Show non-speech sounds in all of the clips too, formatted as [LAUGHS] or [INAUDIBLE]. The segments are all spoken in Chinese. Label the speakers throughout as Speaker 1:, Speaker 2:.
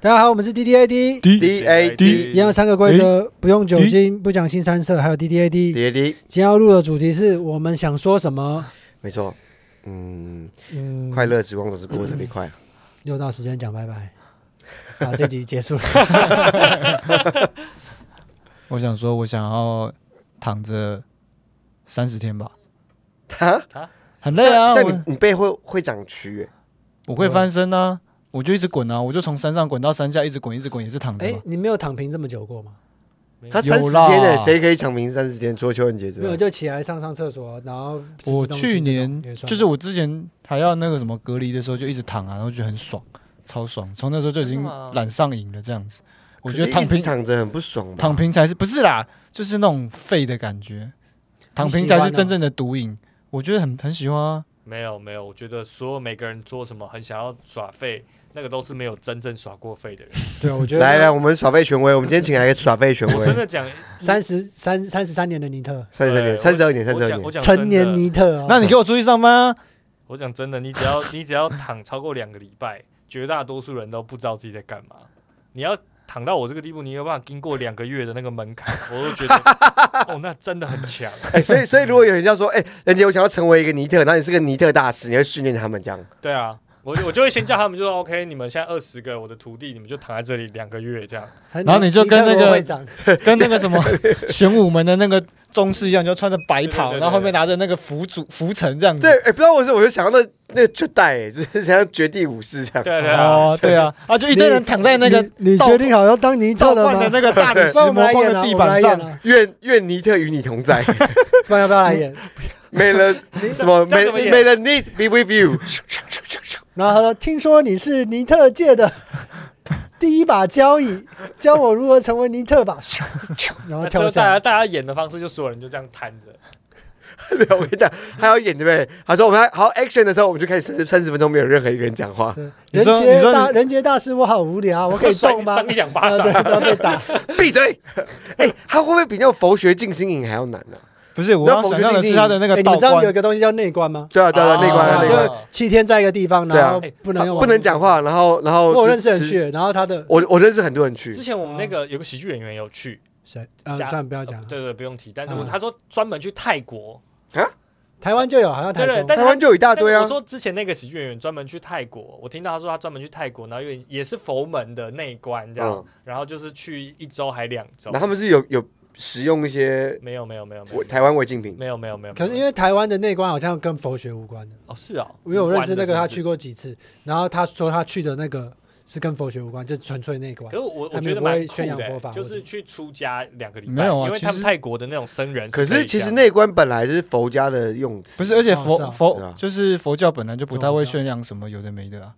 Speaker 1: 大家好，我们是 D D A D，
Speaker 2: D A D
Speaker 1: 一样三个规则，不用酒精，不讲新三色，还有 D D A D。
Speaker 2: D A D，
Speaker 1: 今天要录的主题是我们想说什么？
Speaker 2: 没错，嗯，
Speaker 1: 嗯，
Speaker 2: 快乐时光总是过得特别快。啊
Speaker 1: 又到时间讲拜拜。好，这集结
Speaker 3: [LAUGHS]
Speaker 1: 束了。
Speaker 3: 我想说，我想要躺着三十天吧，
Speaker 2: 哈，
Speaker 3: 很累啊，
Speaker 2: 但你
Speaker 3: 我
Speaker 2: 你背会会长蛆耶，
Speaker 3: 我会翻身啊，我就一直滚啊，我就从山上滚到山下，一直滚，一直滚，也是躺着
Speaker 1: 哎
Speaker 3: 嘛。，
Speaker 1: 你没有躺平这么久过吗？
Speaker 2: 他
Speaker 3: 有
Speaker 2: 三十
Speaker 3: 啦
Speaker 2: 天呢，谁可以抢名三十天？除了邱仁杰之
Speaker 1: 没有，
Speaker 2: 外，
Speaker 1: 就起来上上厕所，然后吃吃
Speaker 3: 啊我
Speaker 1: 东西
Speaker 3: 去
Speaker 1: 这种
Speaker 3: 年
Speaker 1: 也算
Speaker 3: 就是我之前还要那个什么隔离的时候，就一直躺啊，然后觉得很爽，超爽。从那时候就已经
Speaker 4: 真的吗
Speaker 3: 染上瘾了，这样子。我觉得
Speaker 2: 可
Speaker 3: 躺
Speaker 2: 是一直
Speaker 3: 平
Speaker 2: 躺着很不爽吧？
Speaker 3: 躺平才是不是啦，就是那种废的感觉，躺平才是真正的毒瘾。我觉得很很喜欢啊，
Speaker 4: 没有没有，我觉得所有每个人做什么很想要耍废，那个都是没有真正耍过废的人。
Speaker 1: 对，啊我觉得
Speaker 2: 来来，我们耍废权威，我们今天请来一个耍废权
Speaker 4: 我真
Speaker 2: 威，
Speaker 4: 的讲
Speaker 1: 三十三三十三年的尼特，
Speaker 2: 三十二年，
Speaker 4: 对
Speaker 2: 三十二年，三
Speaker 4: 我
Speaker 2: 十二
Speaker 4: 讲我
Speaker 2: 年，
Speaker 4: 讲
Speaker 1: 成年
Speaker 4: 真的
Speaker 1: 尼特哦。
Speaker 3: 那你给我出去上班啊！
Speaker 4: 我讲真的，你只要你只要躺超过两个礼拜，绝大多数人都不知道自己在干嘛。你要躺到我这个地步，你有办法经过两个月的那个门槛，我就觉得哦，那真的很强。
Speaker 2: 哎，所以所以如果有人要说，哎，仁杰，我想要成为一个尼特，然后你是个尼特大师，你会训练他们这
Speaker 3: 嗯
Speaker 2: 样，
Speaker 4: 对啊，我我就会先叫他们就说 OK，你们现在二十个我的徒弟，你们就躺在这里两个月这样。
Speaker 1: 很
Speaker 3: 然后你就
Speaker 1: 尼特
Speaker 3: 跟那
Speaker 1: 国
Speaker 3: 个
Speaker 1: 会长
Speaker 3: 跟那个什么玄武门的那个宗师一样，就穿着白
Speaker 4: 对对对
Speaker 3: 袍，
Speaker 4: 对
Speaker 3: 然后后面拿着那个符主符尘这样子
Speaker 2: 对。，哎，不知道为什么，我就想到那那个绝代，哎就是想要绝地武士这样。
Speaker 4: 对啊对啊，
Speaker 3: 哦，对啊，啊，就一堆人躺在那个
Speaker 1: 你你
Speaker 3: 倒
Speaker 1: 决定好要当尼特
Speaker 3: 倒
Speaker 1: 了
Speaker 3: 灌的
Speaker 1: 吗？
Speaker 3: 那个大理石
Speaker 1: 那我们
Speaker 3: 魔
Speaker 1: 来
Speaker 3: 棒
Speaker 1: 演
Speaker 3: 的
Speaker 1: 啊，
Speaker 3: 地
Speaker 1: 我们来
Speaker 3: 板上
Speaker 1: 演，啊，
Speaker 2: 愿愿尼特与你同在，
Speaker 1: 不然要不要来演？
Speaker 2: 没了什么
Speaker 4: 这
Speaker 2: 没
Speaker 4: 样怎么演
Speaker 2: 没了 need be with you，
Speaker 1: 然后他说：“听说你是尼特界
Speaker 4: [LAUGHS]
Speaker 1: 的第一把交椅，教我如何成为尼特吧。”
Speaker 4: [LAUGHS]
Speaker 1: 然后
Speaker 4: 那就
Speaker 1: 跳
Speaker 4: 是大
Speaker 1: 下
Speaker 4: 家
Speaker 1: 来。
Speaker 4: 大家演的方式，就所有人就这样瘫着。
Speaker 2: 对，我跟你讲，他要演对不对？他说我们还好 action 的时候，我们就开始三十三十分钟没有任何一个人讲话，
Speaker 1: 对
Speaker 3: 你
Speaker 1: 人
Speaker 3: 说你
Speaker 1: 杰
Speaker 3: 说
Speaker 1: 大
Speaker 3: 你
Speaker 1: 人杰大师，我好无聊，啊我可以动吗？
Speaker 4: 扇一两巴
Speaker 1: 啊，
Speaker 4: 掌
Speaker 1: 对，，都要被
Speaker 4: [LAUGHS]
Speaker 1: 打。
Speaker 2: 闭嘴！哎、他会不会比那种佛学静心营还要难啊呢、
Speaker 3: 不是我要想象的是他的那
Speaker 1: 哎
Speaker 3: 个
Speaker 1: 你
Speaker 3: 道
Speaker 1: 们知道有一
Speaker 3: 观，
Speaker 1: 个东西叫内观吗？
Speaker 2: 对啊，对啊，
Speaker 4: 哦
Speaker 2: 内观啊，
Speaker 1: 啊
Speaker 2: 内
Speaker 4: 观
Speaker 1: 就七天在一个地方，
Speaker 2: 对啊
Speaker 1: 然后不能用
Speaker 2: 观，
Speaker 1: 网
Speaker 2: 不能。讲话，然后然后
Speaker 1: 我
Speaker 2: 就
Speaker 1: 认识人
Speaker 2: 吃，
Speaker 1: 去，然后他的
Speaker 2: 我我认识很多人去
Speaker 4: 之，前我们那个有个喜剧演员有去，
Speaker 1: 谁啊？
Speaker 4: 假
Speaker 1: 算了，不要讲了。
Speaker 4: 对对，不用提。但是
Speaker 1: 嗯
Speaker 4: 我他说专门去泰国，
Speaker 1: 台湾就有，好像台
Speaker 4: 对对，
Speaker 1: 中。
Speaker 4: 但
Speaker 2: 台
Speaker 4: 是
Speaker 2: 湾
Speaker 4: 他
Speaker 2: 就有一大堆
Speaker 4: 但是
Speaker 2: 啊
Speaker 4: 我，说之前那个喜剧演员专门去泰国，我听到他说他专门去泰国，然后也也是佛门的内观这样
Speaker 2: 嗯，
Speaker 4: 然后就是去一周还两周
Speaker 2: 然后。他们是有有使用一些
Speaker 4: 没有没有没有没有
Speaker 2: 我台湾违禁品，
Speaker 4: 没有没有没有，
Speaker 1: 可是因
Speaker 4: 为
Speaker 1: 为台湾的内观好像跟佛学无关的。
Speaker 4: 哦是哦，
Speaker 1: 因为我认识
Speaker 4: 无
Speaker 1: 那
Speaker 4: 关的
Speaker 1: 个他
Speaker 4: 是
Speaker 1: 去
Speaker 4: 不
Speaker 1: 过几次，然后他说他去的那个是跟佛学无关，就是纯粹内观
Speaker 4: 是。可。是我
Speaker 1: 他
Speaker 4: 我
Speaker 1: 们
Speaker 4: 觉
Speaker 1: 也
Speaker 4: 得
Speaker 1: 不会
Speaker 4: 蛮酷
Speaker 1: 宣扬佛
Speaker 4: 的
Speaker 1: 法
Speaker 4: 欸，
Speaker 1: 或
Speaker 4: 就
Speaker 1: 者
Speaker 4: 是去出家两个礼拜，
Speaker 3: 没有啊
Speaker 4: 因为
Speaker 3: 其
Speaker 4: 他们
Speaker 3: 实
Speaker 4: 泰国的那种僧人
Speaker 2: 可
Speaker 4: 以这样，
Speaker 2: 是其实内观本来就是佛家的用词，
Speaker 3: 不是，而且
Speaker 1: 哦是啊
Speaker 3: 佛
Speaker 2: 对啊
Speaker 3: 佛就是佛教本来就不太
Speaker 1: 这我
Speaker 3: 会
Speaker 1: 知道
Speaker 3: 宣扬什么有的没的啊，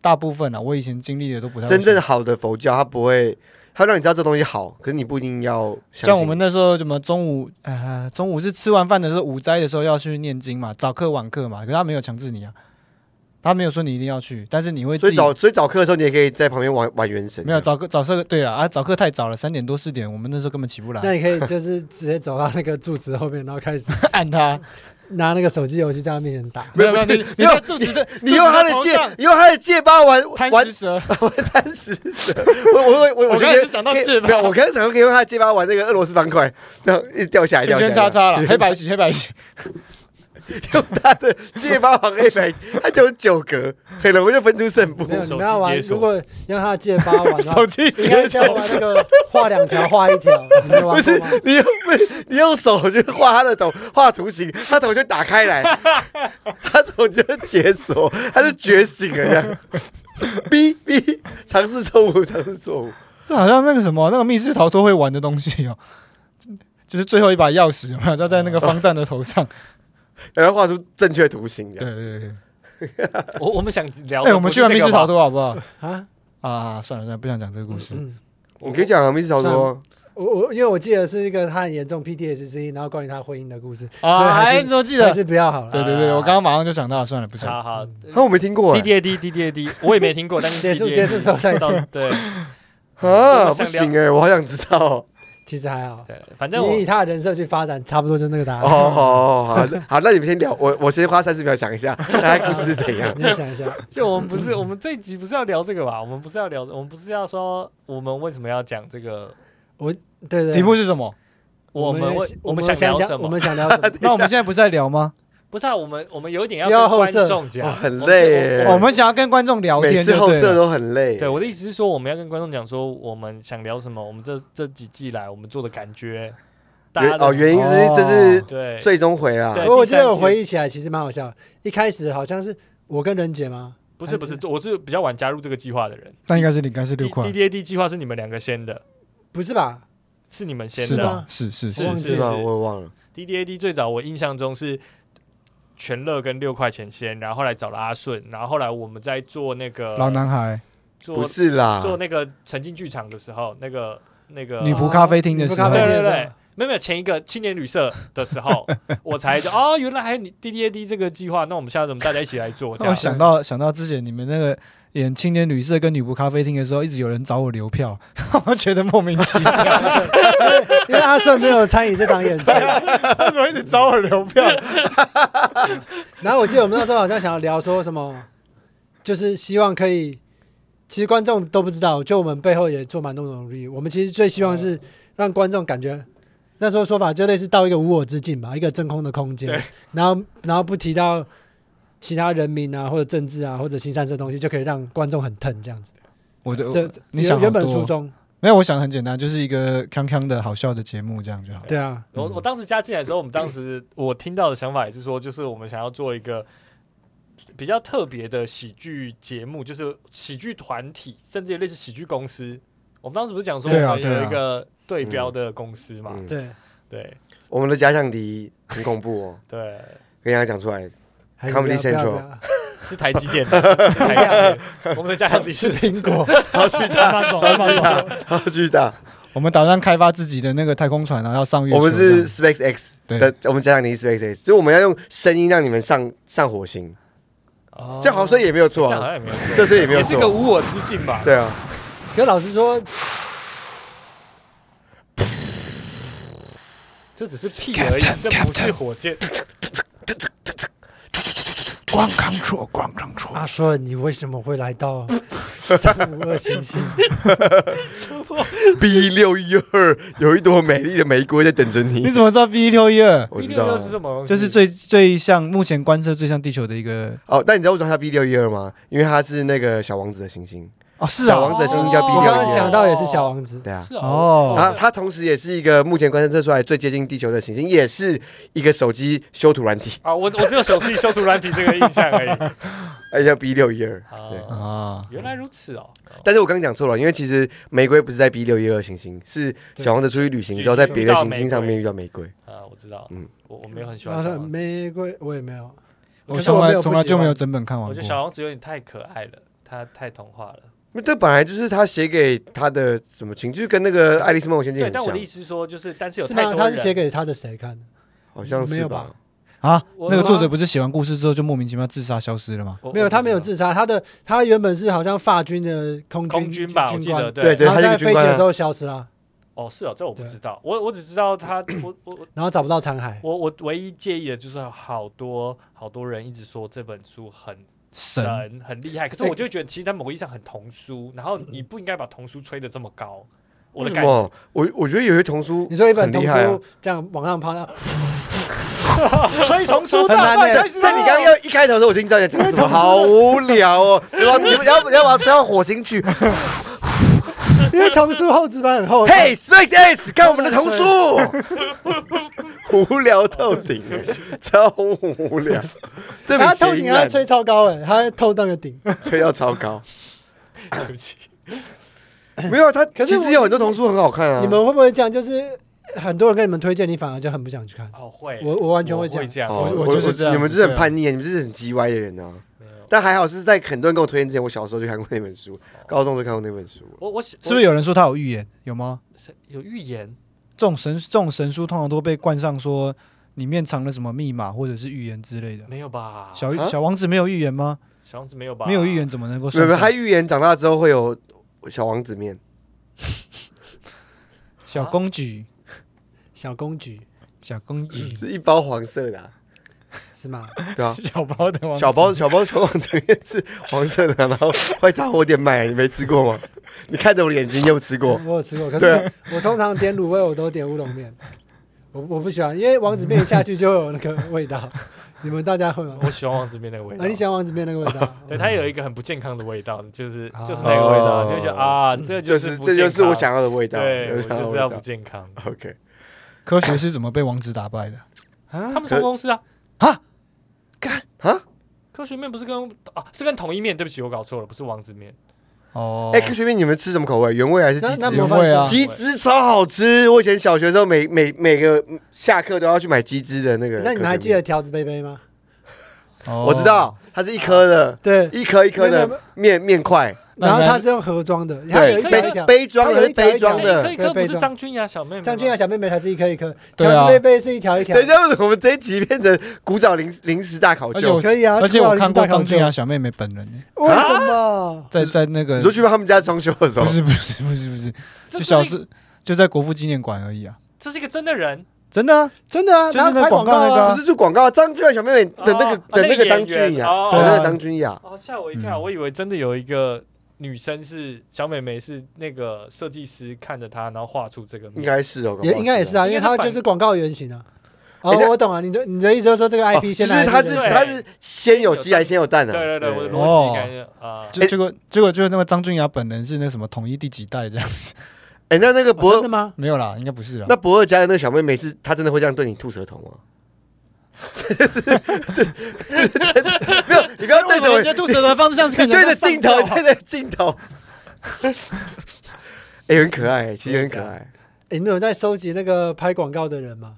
Speaker 3: 大部分啊，我以前经历的都不太会
Speaker 2: 真正
Speaker 3: 宣扬
Speaker 2: 好的佛教，它不会，它让你知道这东西好，可是你不一定要相信
Speaker 3: 像我们那时候什么中午呃中午是吃完饭的时候午斋的时候要去念经嘛，早课晚课嘛，可是他没有强制你啊，他没有说你一定要去，但是你会
Speaker 2: 所
Speaker 3: 自
Speaker 2: 以
Speaker 3: 己
Speaker 2: 早所以早课的时候，你也可以在旁边玩玩原神。
Speaker 3: 没有早课早课对了啊，早课太早了，三点多四点，我们那时候根本起不
Speaker 1: 那
Speaker 3: 来，
Speaker 1: 你可以就是直接走到那个柱子后面，然后开始
Speaker 3: [LAUGHS] 按他。
Speaker 1: 拿那个手机游戏在他面前
Speaker 3: [LAUGHS]
Speaker 1: 打。
Speaker 3: 没有
Speaker 2: 不
Speaker 3: 没
Speaker 2: 是
Speaker 3: 有，
Speaker 2: 没
Speaker 3: 你你
Speaker 2: 有
Speaker 3: 在柱子的，
Speaker 2: 你用他的
Speaker 3: 柱子头
Speaker 2: 戒
Speaker 3: 上，
Speaker 2: 你用他的戒疤玩
Speaker 3: 贪
Speaker 2: 玩 [LAUGHS]
Speaker 3: 食蛇，
Speaker 2: 贪食蛇。我我我我
Speaker 3: 我
Speaker 2: 觉
Speaker 3: 刚才
Speaker 2: 得
Speaker 3: 就想到
Speaker 2: 可以
Speaker 3: 戒疤
Speaker 2: 没有，我刚才想说可以用他的戒疤玩那个俄罗斯方块，然后一直掉下来，
Speaker 3: 圈
Speaker 2: 掉
Speaker 3: 圈
Speaker 2: 下
Speaker 3: 叉
Speaker 2: 来，
Speaker 3: 叉了，黑白棋黑白棋，
Speaker 2: [LAUGHS] 用他的戒疤玩黑白，他就有九格，很容易就分出胜负
Speaker 1: 没。有，你
Speaker 4: 手
Speaker 1: 们要
Speaker 4: 机
Speaker 1: 玩，
Speaker 4: 解锁
Speaker 1: 如果让他借八玩，然后
Speaker 3: 手机
Speaker 1: 应该
Speaker 3: 解
Speaker 1: 是要玩那
Speaker 3: 锁。
Speaker 1: 个画两条画一条，你们
Speaker 2: 不
Speaker 1: 玩过
Speaker 2: 是
Speaker 1: 吗？
Speaker 2: 你用不是你用手去画他的头，画图形，他头就打开来，他头就解锁，他就觉醒了这样。B B 尝试错误，尝试错误。
Speaker 3: 这好像那个什么，那个密室逃脱会玩的东西哦， [LAUGHS] 就是最后一把钥匙有没有？要在那个方丈的
Speaker 2: [LAUGHS]
Speaker 3: 头上。
Speaker 2: 然后画出正确图形这
Speaker 3: 对
Speaker 2: 样。
Speaker 3: 对对。
Speaker 4: 我我们想聊的不是这个吧，
Speaker 3: 哎，我们去玩密室逃脱好不好？
Speaker 1: 啊，
Speaker 3: 啊，算了算了，不想讲这个故事。
Speaker 1: 嗯，
Speaker 2: 我可以讲啊，密室逃脱，
Speaker 1: 我我因为我记得是一个他很严重 PTSD，然后关于他婚姻的故事，所以
Speaker 3: 啊，
Speaker 1: 嗯还
Speaker 3: 哎，
Speaker 1: 是
Speaker 3: 你怎么记
Speaker 1: 还
Speaker 3: 得？
Speaker 1: 是不要好了。
Speaker 3: 对对对，我刚刚马上就想到了，算了，不讲。
Speaker 4: 好好
Speaker 2: 啊，我没听过
Speaker 4: D
Speaker 2: 哎
Speaker 4: D A D D D A D，我也没听过，但是
Speaker 1: 结束
Speaker 4: DDAD
Speaker 1: 结束之后再
Speaker 4: 到对。
Speaker 2: 啊，
Speaker 4: 我
Speaker 2: 不
Speaker 4: 想聊
Speaker 2: 行哎，我好想知道哦。
Speaker 1: 其实还好。
Speaker 4: 对，反正我
Speaker 1: 你以他的人设去发展，差不多就是那个答
Speaker 2: 哦，
Speaker 1: 案。
Speaker 2: 好好好，好，那你们先聊，我我先花三十秒想一下，大概故事是
Speaker 1: [LAUGHS]
Speaker 2: 怎样。
Speaker 1: 你再想一下，
Speaker 4: 就我们不是我们这一集不是要聊这个吧？我们不是要聊，我们不是要说我们为什么要讲这个？
Speaker 1: 对对。
Speaker 3: 题目是什么？
Speaker 4: 我们为
Speaker 1: 我
Speaker 4: 们
Speaker 1: 们
Speaker 4: 想聊
Speaker 1: 讲
Speaker 4: 什么
Speaker 1: 我？们想聊什
Speaker 4: [LAUGHS]
Speaker 1: 么？
Speaker 3: 那我们现在不是在聊吗？
Speaker 4: 不是啊，我们我们有一点
Speaker 1: 要
Speaker 4: 跟
Speaker 1: 后
Speaker 4: 观
Speaker 1: 设
Speaker 4: 众讲，
Speaker 2: 哦很
Speaker 4: 我们是
Speaker 2: 累耶
Speaker 4: 我
Speaker 3: 我
Speaker 4: 们
Speaker 3: 们想要跟观众聊
Speaker 2: 每
Speaker 3: 天
Speaker 2: 次
Speaker 3: 就
Speaker 2: 后
Speaker 3: 对
Speaker 2: 设
Speaker 3: 了，
Speaker 2: 都很累。
Speaker 4: 对我的意思是说，我们要跟观众讲说我们想聊什么，我们这这几季来我们做的感觉，大
Speaker 2: 原
Speaker 4: 家的
Speaker 2: 哦，原因是这是
Speaker 4: 对
Speaker 2: 最终回啦。
Speaker 4: 对
Speaker 1: 我我记得
Speaker 4: 第三
Speaker 1: 我
Speaker 4: 季
Speaker 1: 回忆起来，其实蛮好笑的。一开始好像是我跟任姐吗？
Speaker 4: 不是不是，我是比较晚加入这个计划的人。
Speaker 3: 那应该是你，应该是
Speaker 4: D
Speaker 3: 六块
Speaker 4: D，D A D 计划是你们两个先的，
Speaker 1: 不是吧？
Speaker 4: 是你们先
Speaker 3: 是
Speaker 4: 的
Speaker 3: 吧
Speaker 1: 吧？
Speaker 3: 是是
Speaker 4: 是
Speaker 3: 是，
Speaker 1: 忘
Speaker 2: 是
Speaker 1: 记
Speaker 2: 吗？
Speaker 4: 是
Speaker 2: 我也忘了。
Speaker 4: D D A D 最早我印象中是全乐跟六块钱先，然后后来找了阿顺，然后后来我们在做那个
Speaker 3: 老男孩，
Speaker 4: 做
Speaker 2: 不是啦，
Speaker 4: 做那个沉浸剧场的时候，那个那个啊
Speaker 3: 女仆咖啡厅的时候
Speaker 1: 哦女仆咖啡厅
Speaker 4: 对对
Speaker 1: 的时
Speaker 4: 对
Speaker 1: 候，，
Speaker 4: 没有没有前一个青年旅社的时候，我才就哦，原来还有你 D D A D 这个计划，那我们下次我们大家一起来做这
Speaker 3: 让
Speaker 4: 样。
Speaker 3: 我想到想到之前你们那个演青年旅社跟女仆咖啡厅的时候，一直有人找我留票， [LAUGHS] 我觉得莫名其妙，
Speaker 1: 因为阿顺没有参与这档演
Speaker 4: [LAUGHS]
Speaker 1: 出。
Speaker 3: 为什么一直找我留票？
Speaker 1: 然后我记得我们那时候好像想要聊说什么，就是希望可以，其实观众都不知道，就我们背后也做蛮多努力。我们其实最希望是让观众感觉，那时候说法就类似到一个无我之境吧，一个真空的空间，然后然后不提到其他人民啊或者政治啊或者新三色东西，就可以让观众很疼这样子。
Speaker 3: [LAUGHS] 我的
Speaker 1: 这
Speaker 3: 呃你想好
Speaker 1: 原本
Speaker 3: 多
Speaker 1: 初衷，
Speaker 3: 没有，我想的很简单，就是一个康康的好笑的节目，这
Speaker 1: [LAUGHS]
Speaker 3: 样就好。
Speaker 1: 对啊，
Speaker 4: 我
Speaker 2: 嗯
Speaker 4: 我当时加进来的时候，我们当时我听到的想法也是说，就是我们想要做一个比较特别的喜剧节目，就是喜剧团体，甚至类似喜剧公司。我们当时不是讲说我
Speaker 3: 对啊
Speaker 4: 们
Speaker 3: 对
Speaker 4: 有
Speaker 3: 啊
Speaker 4: 一个对标的公司嘛？
Speaker 2: 嗯
Speaker 1: 对，
Speaker 4: 对
Speaker 2: 我们的假想敌很恐怖
Speaker 4: [LAUGHS]
Speaker 2: 哦，
Speaker 4: 对，
Speaker 2: 跟大家讲出来， [LAUGHS]
Speaker 1: 还是不要
Speaker 2: Comedy
Speaker 1: 不要
Speaker 2: Central
Speaker 1: 不要
Speaker 4: 是台积电的，是台积电的我们的家乡地
Speaker 1: 是
Speaker 4: 是
Speaker 1: 苹果，
Speaker 2: 超巨大，
Speaker 3: 大
Speaker 2: 超巨大，超巨大。
Speaker 3: 我们打算开发自己的那个太空船，然后要上月球
Speaker 2: 我
Speaker 3: 这
Speaker 2: 们
Speaker 3: 样。
Speaker 2: 是 SpaceX
Speaker 3: 对
Speaker 2: 的，我们假想敌是 SpaceX，所以我们要用声音让你们上上火星，
Speaker 4: 哦
Speaker 2: 这样好像也没有
Speaker 4: 这
Speaker 2: 错
Speaker 4: 样好
Speaker 2: 啊，
Speaker 4: 像也没有
Speaker 2: 这
Speaker 4: 错，
Speaker 2: 次也没有
Speaker 4: 也是个
Speaker 2: 错，啊
Speaker 4: 无我之境吧？
Speaker 2: [LAUGHS] 对啊，
Speaker 1: 可老实说，
Speaker 4: 这只是屁而已，这不是火箭。
Speaker 3: 光康错，光康错。
Speaker 1: 阿顺，你为什么会来到三五二行星？
Speaker 2: B 六一二有一朵美丽的玫瑰在等着
Speaker 3: [LAUGHS] 你
Speaker 2: 你，
Speaker 3: 怎么知道 B 六一
Speaker 2: [LAUGHS]
Speaker 3: 二？
Speaker 2: 我知道
Speaker 4: 六
Speaker 2: 啊
Speaker 4: 是什么东西？
Speaker 3: 就是最最像目前观测最像地球的一个
Speaker 2: 哦。但你知道为什么它 B 六一二吗？因为它是那个小王子的行星，
Speaker 3: 哦，是
Speaker 2: 小
Speaker 3: 啊
Speaker 2: 王，子的行星叫 B
Speaker 1: 我
Speaker 2: 六
Speaker 1: 刚
Speaker 2: 一
Speaker 1: 刚
Speaker 2: 二
Speaker 1: 想。到也是小王子，
Speaker 2: 对啊，
Speaker 4: 是
Speaker 3: 哦
Speaker 2: 它它同时也是一个目前观测出来最接近地球的行星，也是一个手机修图软体， [LAUGHS]
Speaker 4: 啊，我我只有手机修图软体这个印象而已。
Speaker 2: 而哎且叫 B 六一二。对
Speaker 4: 啊，
Speaker 3: 啊，
Speaker 4: 原来如此哦。
Speaker 2: 但是我刚刚讲错了，因为其实玫瑰不是在 B 六一二行星，是小王子出去旅行之后，在别的行星上面遇到玫瑰。
Speaker 4: 啊，我知道，
Speaker 2: 嗯
Speaker 4: 我我没有很喜
Speaker 1: 然
Speaker 4: 欢
Speaker 1: 后
Speaker 4: 小
Speaker 1: 说
Speaker 4: 王子，
Speaker 1: 玫瑰我也没有，
Speaker 3: 我
Speaker 1: 可是
Speaker 3: 从
Speaker 1: 我没
Speaker 3: 来
Speaker 1: 有
Speaker 3: 从
Speaker 1: 不
Speaker 3: 来
Speaker 1: 喜
Speaker 3: 就没
Speaker 1: 欢
Speaker 3: 有整本看完
Speaker 4: 我
Speaker 3: 过
Speaker 4: 觉得。小王子有点太可爱了，他太童话了。
Speaker 2: 那这本来就是他写给他的什么情，就是跟那个《爱丽丝梦游仙境
Speaker 4: 对，》
Speaker 2: 很
Speaker 4: 但我的意
Speaker 2: 像，
Speaker 4: 思是说，就是但是有
Speaker 1: 是
Speaker 4: 太
Speaker 1: 吗？他
Speaker 4: 多
Speaker 1: 是写
Speaker 4: 人，
Speaker 1: 给他的谁看的？
Speaker 2: 好像
Speaker 1: 没
Speaker 2: 是
Speaker 1: 有
Speaker 2: 吧
Speaker 1: 吧？
Speaker 3: 啊，
Speaker 4: 我
Speaker 3: 那个作者不是写完故事之后就莫名其妙自杀消失了吗？
Speaker 4: 我
Speaker 1: 没有，
Speaker 4: 我
Speaker 1: 他没有
Speaker 4: 不知
Speaker 1: 自杀，他的他原本是好像法军的空
Speaker 4: 道
Speaker 1: 军
Speaker 4: 空军吧，我
Speaker 1: 军
Speaker 4: 记
Speaker 1: 官
Speaker 4: 得
Speaker 2: 对对
Speaker 1: 然后
Speaker 2: 他是一
Speaker 1: 在
Speaker 2: 个军
Speaker 1: 飞
Speaker 2: 官
Speaker 1: 行
Speaker 2: 啊
Speaker 1: 的时候消失了，
Speaker 4: 哦是哦，这我不
Speaker 1: 对
Speaker 4: 知道，我我只知道他，我我我
Speaker 1: 然后找不到残骸。
Speaker 4: 我我唯一介意的就是好多好多人一直说这本书很
Speaker 3: 神，
Speaker 4: 神很厉害，可是啊
Speaker 1: 哎
Speaker 4: 我就觉得其实它某个意义上很童书，然后你不应该把童书吹得这么高，我
Speaker 2: 为
Speaker 4: 的
Speaker 2: 什
Speaker 4: 感觉。
Speaker 2: 么？我我觉得有些童书，
Speaker 1: 你说一本
Speaker 2: 很
Speaker 1: 童
Speaker 2: 厉害啊
Speaker 1: 书。这样往上抛，然后
Speaker 2: 哎
Speaker 3: 推童书
Speaker 2: 很难的，在你刚刚要一开头的时候，我就已经知道你在讲什么，好无聊哦。然后你们要不要把它吹到火星 [LAUGHS] 去？
Speaker 1: 因为童书厚纸板很厚，
Speaker 2: 嘿，SpaceX，看我们的童书， [LAUGHS] 无聊透顶了， [LAUGHS] 超无聊。这比
Speaker 1: 哎他
Speaker 2: 谐
Speaker 1: 透顶
Speaker 2: 音
Speaker 1: 他
Speaker 2: 烂
Speaker 1: 吹超高哎，他透到那个顶，
Speaker 2: [LAUGHS] 吹到超高，
Speaker 4: 对不起，
Speaker 2: 没有啊他，
Speaker 1: 可是
Speaker 2: 其
Speaker 1: 我
Speaker 2: 实有很多童书很好看啊。
Speaker 1: 你们会不会这样？就是很多人跟你们推荐，你反而就很不想去看。
Speaker 4: 哦会，
Speaker 1: 我我完全
Speaker 4: 我
Speaker 1: 会这样。
Speaker 4: 这样，
Speaker 2: 哦
Speaker 3: 我我就是这样
Speaker 2: 你们就是
Speaker 3: 对
Speaker 2: 很
Speaker 3: 啊
Speaker 2: 叛逆，你们就是很叽歪的人啊。
Speaker 4: 没有
Speaker 2: 但还好是在很多人跟我推荐之前，我小时候就看过那本书，高中就看过那本书了。
Speaker 4: 我我是
Speaker 3: 是不是有人说他有预言？有吗？
Speaker 4: 有预言？
Speaker 3: 这种神这种神书通常都被冠上说里面藏了什么密码或者是预言之类的。
Speaker 4: 没有吧？小
Speaker 3: 小
Speaker 2: 啊
Speaker 3: 小王子没有预言吗？
Speaker 4: 小王子没有吧？
Speaker 3: 没有预言，怎么能够
Speaker 2: 没有
Speaker 3: 算
Speaker 2: 没有，
Speaker 3: 上？
Speaker 2: 他预言长大之后会有小王子面，
Speaker 3: 小公举，
Speaker 1: 小公举
Speaker 3: 小公举，，
Speaker 2: 是一包黄色的、啊，
Speaker 1: 是吗？
Speaker 2: 对啊
Speaker 3: 小包的王子
Speaker 2: 小包小包小往这边是黄色的啊、然后会杂货店卖，你没吃过吗？你看着我的眼睛，你有吃过？
Speaker 1: [LAUGHS] 我有吃过，可
Speaker 2: 对啊
Speaker 1: 是我通常点卤味我都点乌龙面，我我不喜欢，因为王子面下去就会有那个味道。 [LAUGHS] 你们大家会吗？
Speaker 4: [LAUGHS] 我喜欢王子面那个味道
Speaker 1: 啊，你。喜欢王子面那个味
Speaker 3: [LAUGHS]
Speaker 1: 道？
Speaker 4: 对，它有一个很不健康的味道，就是
Speaker 1: 啊
Speaker 4: 就是那个味道，
Speaker 2: 哦
Speaker 4: 就觉得啊，这
Speaker 2: 就是是
Speaker 4: 不
Speaker 2: 这就
Speaker 4: 健
Speaker 2: 是我
Speaker 4: 康
Speaker 2: 想要的味道，
Speaker 4: 对，我
Speaker 2: 想
Speaker 4: 就是
Speaker 2: 的
Speaker 4: 要
Speaker 2: 味
Speaker 4: 不
Speaker 2: 道。
Speaker 4: 健康。
Speaker 2: OK，
Speaker 3: 科学是怎么被王子打败的？
Speaker 1: 啊
Speaker 4: 他，们同公司啊，
Speaker 2: 啊，
Speaker 4: 科学面不是跟啊是跟统一面，对不起，我搞错了，不是王子面。
Speaker 3: 哦，
Speaker 2: 哎，科学面你们吃什么口味？原味还是
Speaker 1: 那
Speaker 2: 鸡
Speaker 1: 那
Speaker 2: 汁
Speaker 1: 模？范
Speaker 3: 原味啊
Speaker 1: 生
Speaker 2: 鸡汁超好吃！我以前小学的时候每，每每个下课都要去买鸡汁的那个。
Speaker 1: 那你们还记得？条子杯杯吗？
Speaker 3: 哦
Speaker 2: 我知，道，它是一颗的，
Speaker 1: 对，
Speaker 2: 一颗一
Speaker 1: 没
Speaker 2: 颗
Speaker 1: 有
Speaker 2: 的
Speaker 1: 没有
Speaker 2: 面面块，
Speaker 3: 那
Speaker 1: 然后
Speaker 3: 你还
Speaker 1: 它是用盒装的，它有
Speaker 2: 对
Speaker 1: 一，
Speaker 4: 可
Speaker 1: 条
Speaker 4: 以
Speaker 1: 一
Speaker 2: 杯
Speaker 1: 条。
Speaker 2: 杯装
Speaker 1: 它
Speaker 2: 的，
Speaker 1: 有
Speaker 2: 是
Speaker 1: 一条
Speaker 2: 杯
Speaker 1: 装
Speaker 2: 装
Speaker 1: 一
Speaker 2: 的
Speaker 4: 哎可。以
Speaker 1: 对
Speaker 4: 可不
Speaker 1: 被
Speaker 4: 是
Speaker 1: 撞
Speaker 4: 张君雅小妹妹吗，
Speaker 1: 张君雅啊小妹妹才是一颗一颗，
Speaker 3: 对啊
Speaker 1: 条子杯杯是一条一条
Speaker 2: 等一。下，为什么我们这一集变成古早零零食大考
Speaker 3: 而且我
Speaker 2: 究？
Speaker 1: 可以啊，
Speaker 3: 而且我看过张
Speaker 1: 君
Speaker 3: 君雅啊小妹妹本人欸，
Speaker 1: 为什么？
Speaker 3: 在在那个
Speaker 2: 你说去他们家装修的时候
Speaker 3: 不，是不是不是不是，
Speaker 4: 这这
Speaker 3: 就小
Speaker 4: 是一
Speaker 3: 时就在国父纪念馆而已啊，
Speaker 4: 这是一个真的人，
Speaker 3: 真的啊，
Speaker 1: 真的啊，
Speaker 3: 就是
Speaker 1: 然后
Speaker 3: 那
Speaker 1: 拍
Speaker 3: 广告
Speaker 1: 告
Speaker 3: 那个啊
Speaker 1: 啊
Speaker 2: 不是做广告，张君雅小妹妹的那个
Speaker 4: 哦
Speaker 2: 的那个张
Speaker 4: 演
Speaker 2: 君
Speaker 4: 员
Speaker 2: 雅，
Speaker 4: 哦
Speaker 2: 的
Speaker 3: 对
Speaker 2: 那
Speaker 3: 啊
Speaker 2: 个张君雅，
Speaker 4: 哦，吓我一跳，
Speaker 3: 嗯
Speaker 4: 我以为真的有一个女生是小美眉，是那个设计师看着她，然后画出这个
Speaker 2: 应
Speaker 4: 面。
Speaker 2: 该是哦，
Speaker 1: 也应该也是
Speaker 2: 啊。
Speaker 1: 啊，因为它就是广告原型啊。哦
Speaker 3: 哎
Speaker 2: 人家，
Speaker 1: 我懂啊，你的你的意思就是说这个
Speaker 2: 哦
Speaker 1: IP
Speaker 2: 就
Speaker 1: 先
Speaker 2: 是
Speaker 1: 来，
Speaker 2: 它
Speaker 1: 对
Speaker 2: 是
Speaker 1: 不对
Speaker 4: 对
Speaker 2: 它是先有鸡还是先有蛋啊？
Speaker 4: 对对对，我的逻
Speaker 3: 哦
Speaker 4: 辑感觉啊，
Speaker 3: 就结果结果就是那个张君雅本人是那什么统一第几代这样子，
Speaker 2: 哎，那那个
Speaker 1: 哦真
Speaker 2: 博
Speaker 1: 的吗？
Speaker 3: 没有啦，应该不是啦
Speaker 2: 那，博尔家的那个小妹妹是，她真的会这样对你吐舌头吗？这这这这没有，你不要对着我，
Speaker 3: 吐舌头的方式像是看
Speaker 2: 对着镜头，对着镜头。哎，很可爱，其实很可爱。
Speaker 1: 诶你们有在收集那个拍广告的人吗？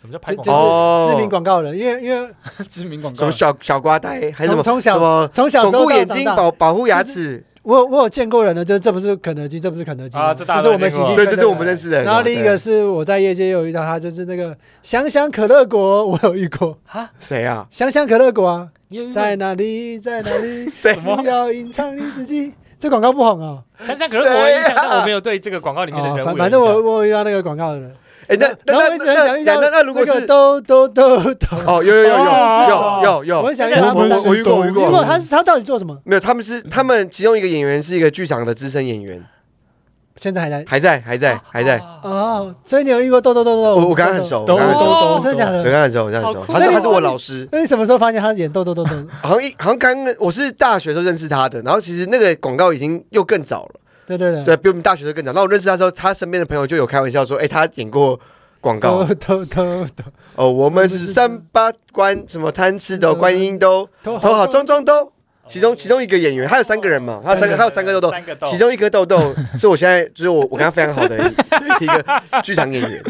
Speaker 4: 什么叫拍
Speaker 1: 就
Speaker 4: 广
Speaker 1: 就
Speaker 4: 告？
Speaker 2: 哦
Speaker 1: 是知名广告人，因为因为
Speaker 3: 知名广
Speaker 2: 什
Speaker 3: 告
Speaker 2: 么，小小瓜呆，还是什么
Speaker 1: 从从小
Speaker 2: 什么
Speaker 1: 从小
Speaker 2: 巩
Speaker 1: 时候
Speaker 2: 固
Speaker 1: 到
Speaker 2: 眼
Speaker 1: 长
Speaker 2: 睛、
Speaker 1: 大
Speaker 2: 保保护牙齿？
Speaker 1: 我有我有见过人的，就是这不是肯德基，这不是肯德基
Speaker 4: 啊这大家
Speaker 1: 就是我们
Speaker 4: 都
Speaker 1: 喜
Speaker 4: 见过
Speaker 1: 剧
Speaker 2: 对，
Speaker 1: 圈
Speaker 2: 这
Speaker 1: 的
Speaker 2: 是我们
Speaker 1: 人
Speaker 2: 认识的人啊。
Speaker 1: 然后另一个
Speaker 2: 对
Speaker 1: 是我在业界有遇到他，就是那个香香可乐果，我有遇过
Speaker 4: 哈，
Speaker 2: 谁啊？，
Speaker 1: 香香可乐果啊，
Speaker 4: 你有遇过
Speaker 1: 在哪里，在哪里
Speaker 2: [LAUGHS] 谁
Speaker 1: 不要隐藏你自己。这广告不红哦，
Speaker 4: 想想可能我有印象，
Speaker 2: 谁啊
Speaker 4: 但我没有对这个广告里面的
Speaker 1: 哦
Speaker 4: 人物有
Speaker 1: 反
Speaker 4: 印
Speaker 1: 反
Speaker 4: 象。
Speaker 1: 正我我有遇到那个广告的人，
Speaker 2: 哎，那那
Speaker 1: 然后我
Speaker 2: 那
Speaker 1: 一直很想
Speaker 2: 那
Speaker 1: 遇到
Speaker 2: 那那如果
Speaker 1: 那个
Speaker 2: 是
Speaker 1: 都都都
Speaker 2: [LAUGHS]
Speaker 1: 都，
Speaker 2: 哦，有有有
Speaker 4: 哦
Speaker 2: 有有有有，
Speaker 1: 我很想遇
Speaker 4: 那
Speaker 1: 到
Speaker 4: 个
Speaker 1: 他
Speaker 2: 我
Speaker 1: 们
Speaker 2: 我
Speaker 1: 三
Speaker 2: 我
Speaker 1: 个。
Speaker 2: 遇过我遇
Speaker 1: 如
Speaker 2: 过
Speaker 1: 果，他是他到底做什么？
Speaker 2: 没有，他们是他们其中一个演员是一个剧场的资深演员，
Speaker 1: 现在还在
Speaker 2: 还在还在还在。
Speaker 4: 啊
Speaker 1: 哦，所以你有遇过豆豆豆豆豆？
Speaker 2: 我我刚刚很熟，我
Speaker 3: 都
Speaker 2: 刚刚很熟，
Speaker 4: 哦
Speaker 1: 真的假
Speaker 2: 对，刚
Speaker 1: 的？
Speaker 2: 刚很熟，我刚刚
Speaker 4: 好
Speaker 2: 很
Speaker 4: 酷
Speaker 2: 熟。他
Speaker 1: 那
Speaker 2: 是
Speaker 1: 你
Speaker 2: 他是我老师，
Speaker 1: 那你什么时候发现他演豆豆豆
Speaker 2: [LAUGHS]
Speaker 1: 豆？
Speaker 2: 好像一好像刚我是大学的时候认识他的，然后其实那个广告已经又更早了，
Speaker 1: 对对对，
Speaker 2: 对比我们大学的时候更早。那我认识他的时候，他身边的朋友就有开玩笑说，哎，他演过。广告
Speaker 1: 豆豆豆豆
Speaker 2: 哦，我们是三八关什么贪吃的观音兜，
Speaker 1: 头
Speaker 2: 头好装装兜。其中其中一个演员，还有三个人嘛，还有三个还有三个豆豆，
Speaker 4: 哦三个豆，
Speaker 2: 其中一颗豆豆是我现在就是我我跟他非常好的一一个剧场演员，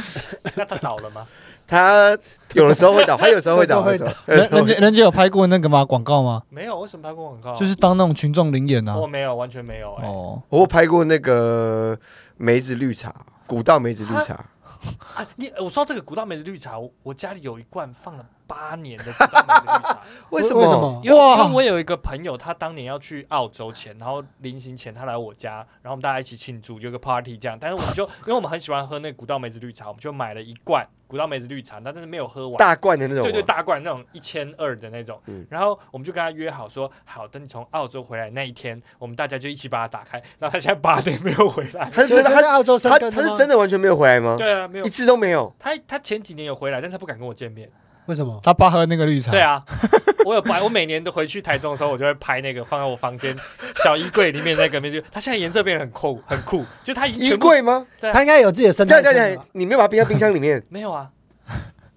Speaker 4: 那他倒了
Speaker 2: [LAUGHS]
Speaker 4: 吗？
Speaker 2: 他有的时候会倒，他有时候会 [LAUGHS] 倒，
Speaker 1: 会
Speaker 2: 有时
Speaker 1: 倒
Speaker 2: 候有
Speaker 3: 人
Speaker 2: 时候
Speaker 3: 人家
Speaker 2: 会
Speaker 3: 人家有拍过那个吗？广告吗？
Speaker 4: 没有，为什么拍过广告？
Speaker 3: 就是当那种群众领演啊
Speaker 4: 我，没有，完全没有。哎，
Speaker 3: 哦，
Speaker 2: 我有拍过那个梅子绿茶，古道梅子绿茶，
Speaker 4: 啊，你我说到这个古道梅子绿茶，我我家里有一罐放了八年的古道梅子绿茶。
Speaker 2: 为什
Speaker 1: 为什
Speaker 2: 么？
Speaker 1: 么？
Speaker 4: 因为
Speaker 3: 哇
Speaker 4: 因为我有一个朋友，他当年要去澳洲前，然后临行前他来我家，然后我们大家一起庆祝，有个 party 这样。但是我们就因为我们很喜欢喝那个古道梅子绿茶，我们就买了一罐古道梅子绿茶，但是没有喝完。
Speaker 2: 大罐的那种吗，
Speaker 4: 对对，大罐那种一千二的那种，
Speaker 2: 嗯
Speaker 4: 然后我们就跟他约好说，好，等你从澳洲回来那一天，我们大家就一起把它打开。然后他现在八天没有回来，
Speaker 2: 他是真的
Speaker 1: 所以在
Speaker 2: 他
Speaker 1: 澳洲生
Speaker 2: 他
Speaker 1: 根
Speaker 2: 他
Speaker 1: 的
Speaker 2: 是
Speaker 1: 吗
Speaker 2: 真的完全没有回来吗？
Speaker 4: 对啊，没有
Speaker 2: 一，次都没有。
Speaker 4: 他他前几年有回来，但他不敢跟我见面。
Speaker 1: 为什么？
Speaker 3: 他爸喝那个绿茶，
Speaker 4: 对，啊，我有拍，我每年都回去台中的时候，我就会拍那个放在我房间小衣柜里面那个面具。它现在颜色变得很酷，很酷，就它已经
Speaker 2: 衣
Speaker 4: 全部
Speaker 2: 柜吗？
Speaker 4: 对？
Speaker 1: 他应该有自己的生
Speaker 2: 这
Speaker 1: 态
Speaker 2: 样这样这
Speaker 1: 圈
Speaker 2: 样
Speaker 1: 吧。，
Speaker 2: 你没有把它冰到冰箱里面
Speaker 4: 没有啊，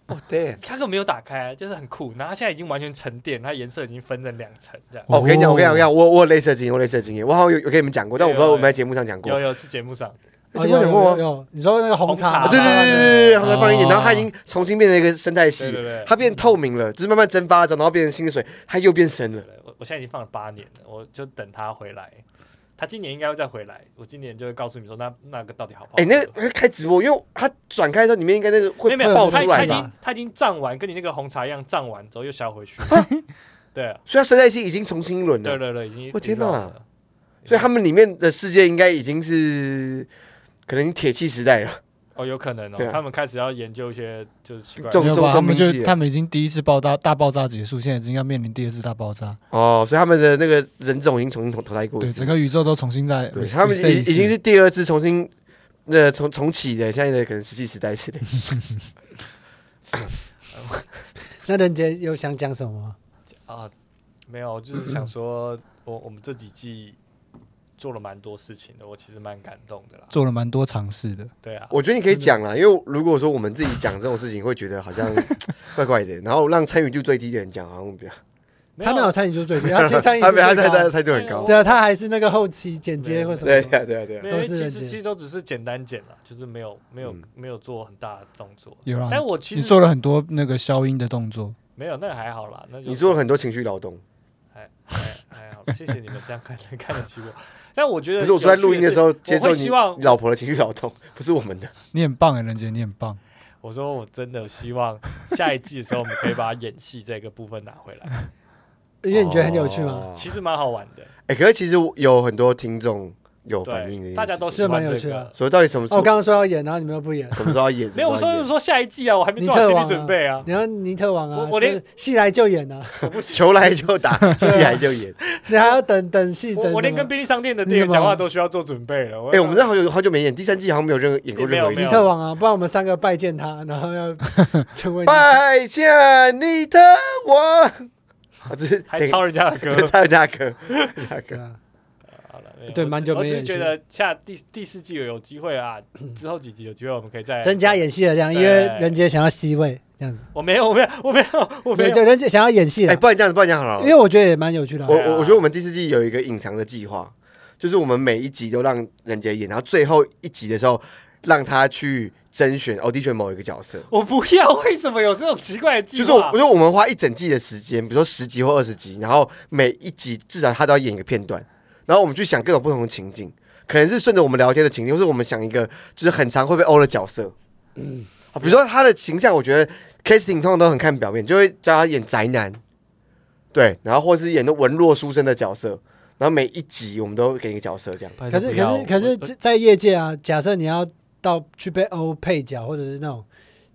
Speaker 2: 哦，对。
Speaker 4: 它根本没有打开，啊就是很酷。然后它现在已经完全沉淀，它颜色已经分成两层这样。
Speaker 2: 哦，我跟你讲，
Speaker 3: 哦
Speaker 2: 我跟你讲，我跟你讲，我我有类似的经验，我有类似的经验，我好像有有跟你们讲过，但我不知道
Speaker 4: 有有
Speaker 2: 我们在节目上讲过
Speaker 4: 有。有是节目上，
Speaker 2: 哎
Speaker 1: 哦
Speaker 2: 节目
Speaker 1: 有
Speaker 2: 讲过
Speaker 1: 有
Speaker 2: 吗？
Speaker 1: 有，你说那个红
Speaker 4: 红
Speaker 1: 茶
Speaker 4: 茶
Speaker 2: 啊，对对对对对对，然后再放一点，
Speaker 3: 哦
Speaker 2: 然后它已经重新变成一个生态系
Speaker 4: 对，对对。
Speaker 2: 它变透明了，就是慢慢蒸发着，然后变成新的水，它又变深了
Speaker 4: 对。我我现在已经放了八年了，我就等它回来。它今年应该会再回来，我今年就会告诉你说那那个到底好不好喝。
Speaker 2: 哎、那那开直播，因为它转开的时候，里面应该那个
Speaker 4: 没
Speaker 2: 会
Speaker 4: 有没有，
Speaker 2: 爆
Speaker 4: 它
Speaker 2: 出
Speaker 4: 它
Speaker 2: 来
Speaker 4: 已
Speaker 2: 吧
Speaker 4: 经？它已经胀完，跟你那个红茶一样胀完之后又消回去。对啊。
Speaker 2: 所以它生态系已经重新轮
Speaker 4: 对
Speaker 2: 了，
Speaker 4: 对对，已经
Speaker 2: 我天
Speaker 4: 哪
Speaker 2: 哪！所以他们里面的世界应该已经是可能铁器时代了。
Speaker 4: 哦，有可能哦
Speaker 2: 对啊，
Speaker 4: 他们开始要研究一些就是奇怪的
Speaker 2: 这种
Speaker 3: 没有
Speaker 2: 这种
Speaker 3: 吧？他们
Speaker 2: 明
Speaker 3: 就
Speaker 2: 显
Speaker 3: 他们已经第一次爆炸大爆炸结束，现在已经要面临第二次大爆炸，
Speaker 2: 哦，所以他们的那个人种已经重新投投胎过一
Speaker 3: 对，
Speaker 2: 次
Speaker 3: 整，个宇宙都重新在
Speaker 2: 对，
Speaker 3: reset
Speaker 2: 他们已
Speaker 3: 一次
Speaker 2: 已经是第二次重新呃重重启的，现在的可能石器时代之类的。
Speaker 1: 那任杰有想讲什么吗？
Speaker 4: 啊，没有，就是想说，我我们这几季做了蛮多事情的，我其实蛮感动的啦。
Speaker 3: 做了蛮多尝试的，
Speaker 4: 对啊，
Speaker 2: 我觉得你可以讲
Speaker 1: 嗯
Speaker 2: 啦，因为如果说我们自己讲这种事情，会觉得好像 [LAUGHS] 怪怪的，然后让参与度最低的人讲，
Speaker 1: [LAUGHS]
Speaker 2: 好像比较
Speaker 4: 没
Speaker 1: 他那有参与度
Speaker 2: [LAUGHS]
Speaker 1: 最低，他其实参与
Speaker 2: 他
Speaker 1: 度
Speaker 2: 没他
Speaker 1: 最
Speaker 2: 他他
Speaker 1: 高。
Speaker 2: 参与度很高。
Speaker 1: 对啊，他还是那个后期剪接或什么
Speaker 2: 对
Speaker 1: 的。
Speaker 2: 呀，对呀，啊对呀
Speaker 4: 没。有，因为
Speaker 1: 都是
Speaker 4: 其
Speaker 1: 人
Speaker 4: 实
Speaker 1: 间
Speaker 4: 其实都只是简单剪了，就是没有没有、
Speaker 2: 嗯
Speaker 4: 没有做很大的动作。
Speaker 3: 有啦，
Speaker 4: 但我其
Speaker 3: 你
Speaker 4: 实
Speaker 3: 做了很多那个消音的动作，
Speaker 4: 没有，那个还好啦，那就
Speaker 2: 你做了很多情绪劳动，
Speaker 4: 还还还好，谢谢你们这样看 [LAUGHS] 看得起我。但我觉得
Speaker 2: 可是我在录音的时
Speaker 4: 候，
Speaker 2: 候接受
Speaker 4: 我会
Speaker 2: 你
Speaker 4: 希望
Speaker 2: 老婆的情绪劳动，不是我们的。
Speaker 3: 你很棒哎，任杰，你很棒。
Speaker 4: 我说我真的希望下一季的时候，我们可以把演戏这个部分拿回来，
Speaker 1: 因为你觉得很有趣吗？
Speaker 2: 哦
Speaker 4: 其实蛮好玩的，
Speaker 2: 哎，可是其实有很多听众有反应
Speaker 4: 对，
Speaker 2: 的，
Speaker 4: 大家都
Speaker 1: 是
Speaker 4: 喜欢
Speaker 1: 蛮有趣
Speaker 4: 这
Speaker 1: 的
Speaker 4: 个。
Speaker 2: 所以到底什么时
Speaker 1: 哦，我
Speaker 2: 候
Speaker 1: 刚刚说要演，然后你们又
Speaker 4: [LAUGHS]
Speaker 1: 不演。
Speaker 2: 什么时候要演？
Speaker 4: 没有，我
Speaker 2: 什么时
Speaker 4: 说
Speaker 2: 候要
Speaker 4: 是
Speaker 2: 演
Speaker 4: 说下一季啊，我还没
Speaker 1: 尼
Speaker 4: 做好
Speaker 1: 特
Speaker 4: 心
Speaker 1: 王
Speaker 4: 理准备啊。
Speaker 1: 你要尼特王啊
Speaker 4: 我，我连
Speaker 1: 是戏来就演
Speaker 4: [LAUGHS]
Speaker 1: 啊，
Speaker 2: [LAUGHS] 球来就
Speaker 1: [LAUGHS]
Speaker 2: 打，戏来就演。
Speaker 1: 你还要等等戏等
Speaker 4: 我
Speaker 1: 什
Speaker 4: 我连
Speaker 1: 么
Speaker 4: 跟？便利商店的
Speaker 1: 你
Speaker 4: 店员
Speaker 1: 怎么
Speaker 4: 讲话都需要做准备了。
Speaker 2: 哎，我们这好久好久没演，第三季好像没有任何演过任何一
Speaker 4: 没
Speaker 1: 尼
Speaker 4: 有
Speaker 2: 次。
Speaker 1: 特王啊，不然我们三个拜见他，然后
Speaker 2: [LAUGHS]
Speaker 1: 要成为
Speaker 2: 拜见你的我，我只是
Speaker 4: 还抄人家的
Speaker 2: [LAUGHS]
Speaker 4: 歌
Speaker 2: 等。唱一下歌，唱一下歌
Speaker 1: 对。啊
Speaker 4: 好了，没有
Speaker 1: 对
Speaker 4: 我只
Speaker 1: 蛮久没
Speaker 4: 我只是
Speaker 1: 演戏
Speaker 4: 觉得下第第四季有有机会啊，之后几集有机会我们可以再
Speaker 1: 增加。演戏的量，因
Speaker 4: 对
Speaker 1: 为人杰想要 C 位这样子，
Speaker 4: 我没有，我没有，我没有，我没
Speaker 1: [LAUGHS] 对，
Speaker 4: 有
Speaker 1: 就。人杰想要演戏
Speaker 2: 哎，
Speaker 1: 了，
Speaker 2: 不然这样子，不然这样好
Speaker 1: 因
Speaker 2: 了
Speaker 1: 为。我觉得也蛮有趣的啊
Speaker 2: 我。
Speaker 4: 对啊
Speaker 2: 我我觉得我们第四季有一个隐藏的计划，就是我们每一集都让人家演，然后最后一集的时候让他去甄选 audition 某一个角色。
Speaker 4: 我不要，为什么有这种奇怪的计
Speaker 2: 就
Speaker 4: 划？
Speaker 2: 是我，我说我们花一整季的时间，比如说十集或二十集，然后每一集至少他都要演一个片段，然后我们去想各种不同的情境，可能是顺着我们聊天的情境，或是我们想一个就是很常会被欧的角色。嗯，比如说他的形象，我觉得 casting 通常都很看表面，就会叫他演宅男，对，然后或是演的文弱书生的角色，然后每一集我们都给一个角色这样。
Speaker 4: 拜
Speaker 1: 可
Speaker 4: 托
Speaker 1: 是
Speaker 4: 不
Speaker 1: 可
Speaker 4: 要
Speaker 1: 是可是
Speaker 4: 我
Speaker 1: 在，在业界啊，假设你要到去被欧配角，或者是那种，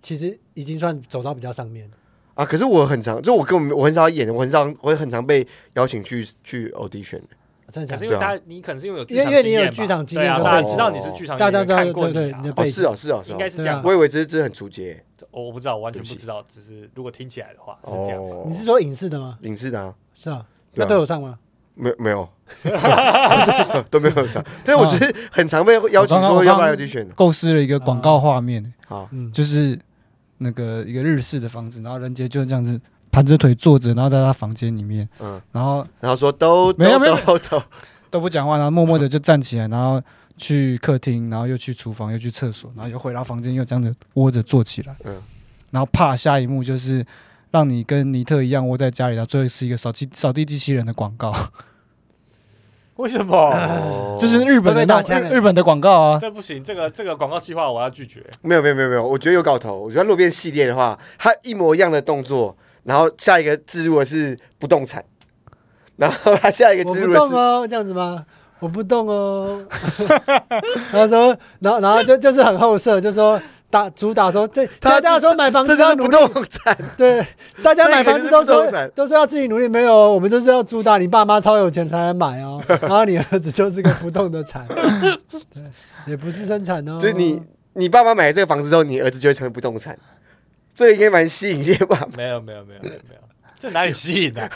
Speaker 1: 其实已经算走到比较上面了。
Speaker 2: 啊，可是我很常，就我跟我们我很少演，我很少，我很常被邀请去去 audition。
Speaker 1: 真的
Speaker 4: 可
Speaker 1: 假
Speaker 4: 是
Speaker 1: 的？
Speaker 4: 因为
Speaker 2: 啊
Speaker 4: 大家，你可能是因为有剧
Speaker 1: 因为
Speaker 4: 场
Speaker 1: 因为你
Speaker 4: 经验
Speaker 1: 有
Speaker 4: 吧
Speaker 1: 剧场经验
Speaker 4: 对
Speaker 2: 跟
Speaker 4: 啊，大
Speaker 2: 背
Speaker 4: 家
Speaker 2: 景
Speaker 4: 知道你是剧场演员，
Speaker 1: 大家知道
Speaker 4: 看过
Speaker 1: 对对啊
Speaker 4: 啊
Speaker 1: 你的
Speaker 2: 哦，
Speaker 1: 背景
Speaker 2: 是哦，是哦，是
Speaker 4: 应
Speaker 2: 哦
Speaker 4: 该。是这样吧。
Speaker 2: 我以为这是这是很出街
Speaker 4: 我我不知道，我完全不
Speaker 2: 对不起
Speaker 4: 知道，只是如果听起来的话是这样。
Speaker 2: 哦
Speaker 1: 你是说影视的吗？
Speaker 2: 影视的啊，
Speaker 1: 是啊，
Speaker 2: 对
Speaker 1: 那
Speaker 2: 啊
Speaker 1: 都有上吗？
Speaker 2: 没没有，都没有上。但是我只是很常被邀请说要不要 audition
Speaker 3: 构思了一个广告画面，欸
Speaker 2: 好，
Speaker 1: 嗯，
Speaker 3: 就是那个一个日式的房子，然后人杰就这样子盘着腿坐着，然后在他房间里面，
Speaker 2: 嗯，
Speaker 3: 然后
Speaker 2: 然后说都
Speaker 3: 没
Speaker 2: 都
Speaker 3: 有没有
Speaker 2: 都都，
Speaker 3: 都不讲话，然后默默的就站起来，然后去客厅，然后又去厨房，又去厕所，然后又回到房间，又这样子窝着坐起来。
Speaker 2: 嗯
Speaker 3: 然后怕下一幕就是让你跟尼特一样窝在家里，然后最后是一个扫地扫地机器人的广告，
Speaker 4: 为什
Speaker 1: [LAUGHS]
Speaker 4: 么？
Speaker 2: 哦
Speaker 3: 就是日本的那
Speaker 1: 会被打枪欸
Speaker 3: 日日本的广告啊。
Speaker 4: 这不行，这个这个广告计划我要拒绝。
Speaker 2: 没有没有没有没有，我觉得有搞头。我觉得路边系列的话，它一模一样的动作，然后下一个植入的是不动产，然后它下一个
Speaker 1: 我
Speaker 2: 植
Speaker 1: 不
Speaker 2: 入的
Speaker 1: 动
Speaker 2: 是。
Speaker 1: 哦，这样子吗？我不动哦。 [LAUGHS] 然后说，然后然后就就是很后设，就说打主打说这大家说买房
Speaker 2: 这
Speaker 1: 子
Speaker 2: 这
Speaker 1: 要
Speaker 2: 是
Speaker 1: 努
Speaker 2: 不
Speaker 1: 力，
Speaker 2: 动产，
Speaker 1: 对，大家买房子都
Speaker 2: 这个就是不
Speaker 1: 说
Speaker 2: 动产
Speaker 1: 都说要自己努力，没有哦，我们就是要主打你爸妈超有钱才能买
Speaker 2: [LAUGHS]
Speaker 1: 哦，然后你儿子就是个不动的产， [LAUGHS] 对，也不是生产哦，
Speaker 2: 就是你你爸妈买了这个房子之后，你儿子就会成为不动产，这个应该蛮吸引一些爸妈，
Speaker 4: 没有没有没有没有没有，这哪里吸引的、啊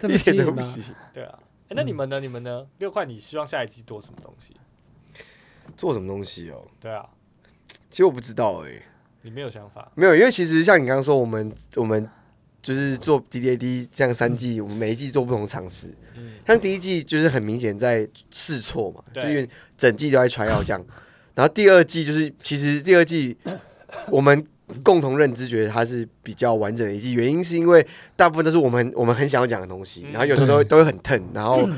Speaker 1: 这么
Speaker 2: 一
Speaker 1: 吸
Speaker 2: 点
Speaker 1: 引
Speaker 2: 都不
Speaker 1: 吗？
Speaker 2: 吸引。
Speaker 4: 对啊，诶那你们呢？你们呢？六块，你希望下一季多什么东西？
Speaker 2: 做什么东西哦？
Speaker 4: 对啊，
Speaker 2: 其实我不知道哎、
Speaker 4: 你没有想法，
Speaker 2: 没有，因为其实像你刚刚说，我们我们就是做 DDAD 这样三季，我们每一季做不同的尝试。
Speaker 4: 嗯，
Speaker 2: 像第一季就是很明显在试错嘛，就
Speaker 4: 对
Speaker 2: 是因为整季都在 try out 这样。然后第二季就是，其实第
Speaker 4: [LAUGHS]
Speaker 2: 二季我们共同认知觉得它是比较完整的一季，原因是因为大部分都是我们我们很想要讲的东西，
Speaker 4: 嗯
Speaker 2: 然后有时候都会
Speaker 3: 对
Speaker 2: 都会很疼，
Speaker 4: [LAUGHS]
Speaker 2: 然后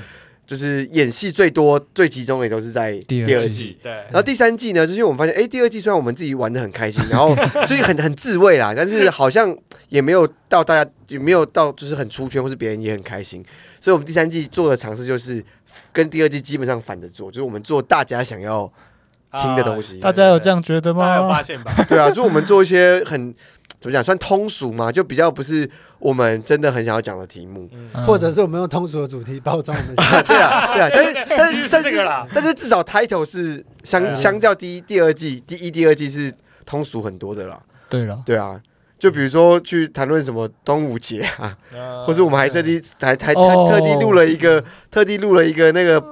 Speaker 2: 就是演戏最多最集中也都是在
Speaker 3: 第二
Speaker 2: 第二
Speaker 3: 季
Speaker 2: 季。
Speaker 4: 对
Speaker 2: 然，后第三季呢，就是因为我们发现，哎，第二季虽然我们自己玩的很开心，然后 [LAUGHS] 就是很很自慰啦，但是好像也没有到大家也没有到就是很出圈，或是别人也很开心，所以我们第三季做的尝试就是跟第二季基本上反着做，就是我们做大家想要 [LAUGHS] 听的东西
Speaker 4: 啊
Speaker 3: 大家有这，
Speaker 4: 对
Speaker 3: 样觉得
Speaker 4: 对对大家有
Speaker 3: 吗
Speaker 4: 发？现吧？
Speaker 2: 对啊，就我们做一些很怎么讲，算通俗嘛，就比较不是我们真的很想要讲的
Speaker 4: [LAUGHS]
Speaker 2: 题目。
Speaker 1: [LAUGHS]
Speaker 4: 嗯，
Speaker 3: 嗯
Speaker 1: 或者是我们用通俗的主题包装我
Speaker 3: [LAUGHS]
Speaker 1: 们
Speaker 2: 啊对啊，对啊，
Speaker 4: [LAUGHS]
Speaker 2: 但是但
Speaker 4: 其实
Speaker 2: 是
Speaker 4: 是
Speaker 2: 但
Speaker 4: 这个啦
Speaker 2: 是但是至少 title 是
Speaker 4: 对
Speaker 2: 相
Speaker 4: 啊
Speaker 2: 相较第一、第二季、第一、第二季是通俗很多的啦。
Speaker 3: 对了，
Speaker 2: 对啊，就比如说去谈论什么端午节啊，
Speaker 4: 呃
Speaker 2: [LAUGHS] 或是我们还特地还还
Speaker 3: 哦
Speaker 2: 特特地录了一个特地录了一个那个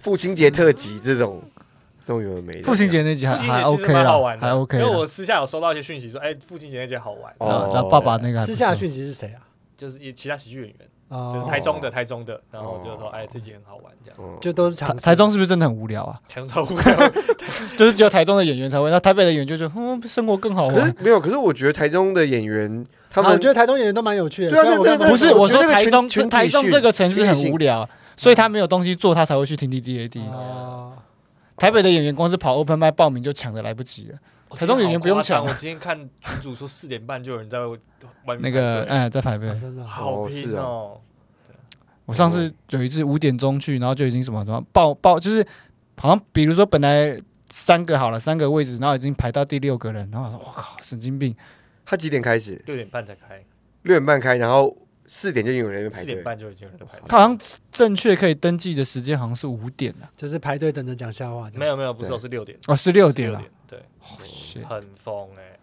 Speaker 2: 父亲节特辑这种，这种有的没的。
Speaker 3: 父亲节那集还
Speaker 4: 父亲
Speaker 3: 还
Speaker 4: 节其
Speaker 3: OK
Speaker 4: 实蛮好
Speaker 3: 啦，
Speaker 4: 玩的，
Speaker 3: 还 OK
Speaker 4: 因
Speaker 3: 啦。
Speaker 4: 为我哦私下有收到一些讯息说，哎，父亲节那节好玩，
Speaker 2: 哦
Speaker 3: 啊然后爸爸那个还不
Speaker 1: 私下
Speaker 3: 错
Speaker 1: 讯息是谁啊？
Speaker 4: 就是也其他喜剧演员，就是
Speaker 1: 哦，
Speaker 4: 台中的台中的，然后就说，
Speaker 2: 哦
Speaker 4: 哎，这集很好玩，这样
Speaker 2: 嗯
Speaker 1: 就都是
Speaker 3: 台
Speaker 1: 常
Speaker 3: 台中是不是真的很无聊啊？ [LAUGHS]
Speaker 4: 台中超无
Speaker 3: 就是只有台中的演员才会，那台北的演员就觉得，嗯，生活更好
Speaker 2: 可是
Speaker 3: 玩。
Speaker 2: 没有，可是我觉得台中的演员他
Speaker 1: 啊我
Speaker 2: 们
Speaker 1: 觉得台中演员都蛮有趣的。
Speaker 2: 对啊
Speaker 1: 虽然我
Speaker 2: 那
Speaker 1: 跟
Speaker 2: 那
Speaker 1: 他
Speaker 2: 那
Speaker 3: 不
Speaker 1: 们
Speaker 3: 是，我说
Speaker 2: 我觉得那个
Speaker 3: 台
Speaker 2: 群
Speaker 3: 中
Speaker 2: 群体嗯
Speaker 3: 台中
Speaker 2: 性
Speaker 3: 这个城市很无聊，所以他没有东西做，他才会去听 D D A D。
Speaker 1: 哦，
Speaker 3: 台北的演员光是跑 Open m i 报名就抢的来不及了。台中演员不用抢
Speaker 4: 我今天看群主说四点半就有人在外面
Speaker 3: 那个，
Speaker 4: 排队
Speaker 3: 哎，在台北，
Speaker 1: 真的
Speaker 4: 好
Speaker 2: 哦是
Speaker 4: 拼哦，
Speaker 3: 我上次有一次五点钟去，然后就已经什么什么报报，就是好像比如说本来三个好了，三个位置，然后已经排到第六个人，然后我说我靠，神经病。
Speaker 2: 他几点开始？
Speaker 4: 六点半才开，
Speaker 2: 六点半开，然后四点就有人在那边排
Speaker 4: 四
Speaker 2: 队
Speaker 4: 点。半就已经有人在排队。
Speaker 3: 他好像正确可以登记的时间好像是五点啊，
Speaker 1: 就是排队等着讲笑话。
Speaker 4: 没有，没有，不是，是六点，
Speaker 3: 哦是六点
Speaker 4: 六
Speaker 3: 了，
Speaker 4: 点，对，
Speaker 3: 哦 shit
Speaker 4: 很疯哎。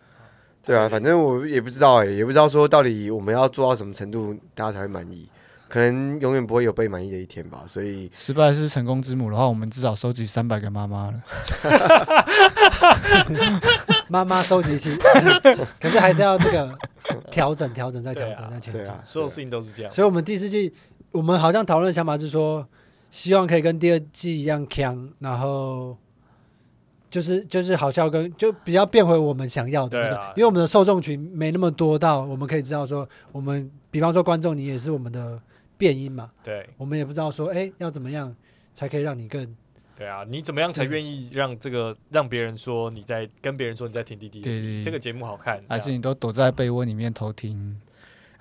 Speaker 2: 对啊，反正我也不知道哎、也不知道说到底我们要做到什么程度，大家才会满意。可能永远不会有被满意的一天吧，所以
Speaker 3: 失败是成功之母的话，我们至少收集三百个妈妈了。
Speaker 1: 妈妈收集
Speaker 4: [LAUGHS]
Speaker 1: 器，可是还是要这个调整、调整再调
Speaker 4: 对啊
Speaker 1: 整再前
Speaker 2: 对
Speaker 1: 进。
Speaker 2: 啊，
Speaker 4: 所有事情都是这样。
Speaker 1: 所以，我们第四季，我们好像讨论的想法是说，希望可以跟第二季一样强，然后就是就是好笑跟就比较变回我们想要的那个，
Speaker 4: 对啊
Speaker 1: 因为我们的受众群没那么多到，我们可以知道说，我们比方说观众你也是我们的变音嘛，
Speaker 4: 对
Speaker 1: 我们也不知道说，哎、要怎么样才可以让你更
Speaker 4: 对啊，你怎么样才愿意让这个让别人说你在跟别人说你在听滴滴
Speaker 3: 对对对
Speaker 4: 这个节目好看？
Speaker 3: 还
Speaker 4: 这
Speaker 3: 是
Speaker 4: 样
Speaker 3: 你都躲在被窝里面偷听？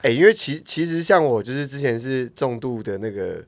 Speaker 2: 哎、因为其其实像我就是之前是重度的那个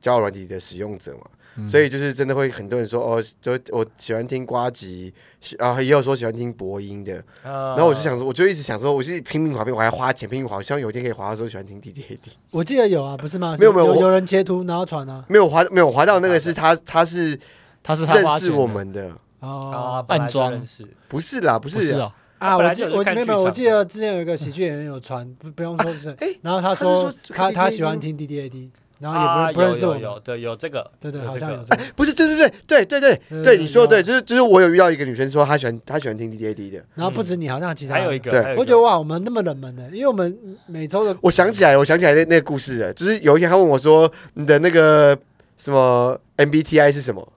Speaker 2: 交友软体的使用者嘛，
Speaker 3: 嗯
Speaker 2: 所以就是真的会很多人说哦，就我喜欢听瓜吉，喜啊也有说喜欢听播音的，
Speaker 4: 啊
Speaker 2: 然后我就想说，我就一直想说，我是拼命滑冰，我还花钱拼命滑，希望有一天可以滑到说喜欢听 D D A D，
Speaker 1: 我记得有啊，不是吗？
Speaker 2: 没有没有
Speaker 1: 有
Speaker 2: 我
Speaker 1: 人截图然后传啊。
Speaker 2: 没有滑没有滑到那个是他他是
Speaker 3: 他是他
Speaker 2: 认
Speaker 3: 花钱
Speaker 2: 识
Speaker 3: 的
Speaker 2: 我，们的，
Speaker 1: 哦
Speaker 4: 啊，本来
Speaker 3: 暗
Speaker 4: 就
Speaker 3: 装
Speaker 4: 认识
Speaker 2: 不是啦，不
Speaker 3: 不
Speaker 2: 是哦
Speaker 3: 是，啊？
Speaker 1: 啊，
Speaker 4: 本
Speaker 1: 我
Speaker 4: 来
Speaker 1: 记
Speaker 4: 就有
Speaker 1: 我
Speaker 4: 看
Speaker 1: 没有
Speaker 4: 剧
Speaker 1: 没有，我
Speaker 4: 场
Speaker 1: 记得之前有一个喜剧演员有传，不不用说是谁，
Speaker 2: 哎
Speaker 1: 然后他
Speaker 2: 他是说
Speaker 1: 说他
Speaker 2: 这个
Speaker 1: 他
Speaker 2: DDAD
Speaker 1: 喜欢听 D D A D，然后也不
Speaker 4: 啊，
Speaker 1: 认不认识
Speaker 4: 有
Speaker 1: 我
Speaker 4: 有
Speaker 1: 们，
Speaker 4: 有对有这个，
Speaker 1: 对对，
Speaker 4: 有
Speaker 1: 好
Speaker 4: 这
Speaker 1: 像
Speaker 4: 个
Speaker 1: 有这个，
Speaker 2: 不是，对对对对对对对，你说的对，就是就是我有遇到一个女生说她喜欢她喜欢听 D D A D 的，
Speaker 1: 然后不止你，好像其他
Speaker 4: 还有一
Speaker 1: 个，
Speaker 4: 个，
Speaker 2: 对
Speaker 4: 还有一个
Speaker 1: 我觉得哇，我们那么冷门的，因为我们每周的
Speaker 2: 我想起来了，我想起来那那个故事了，就是有一天他问我说你的那个什么 MBTI 是什么？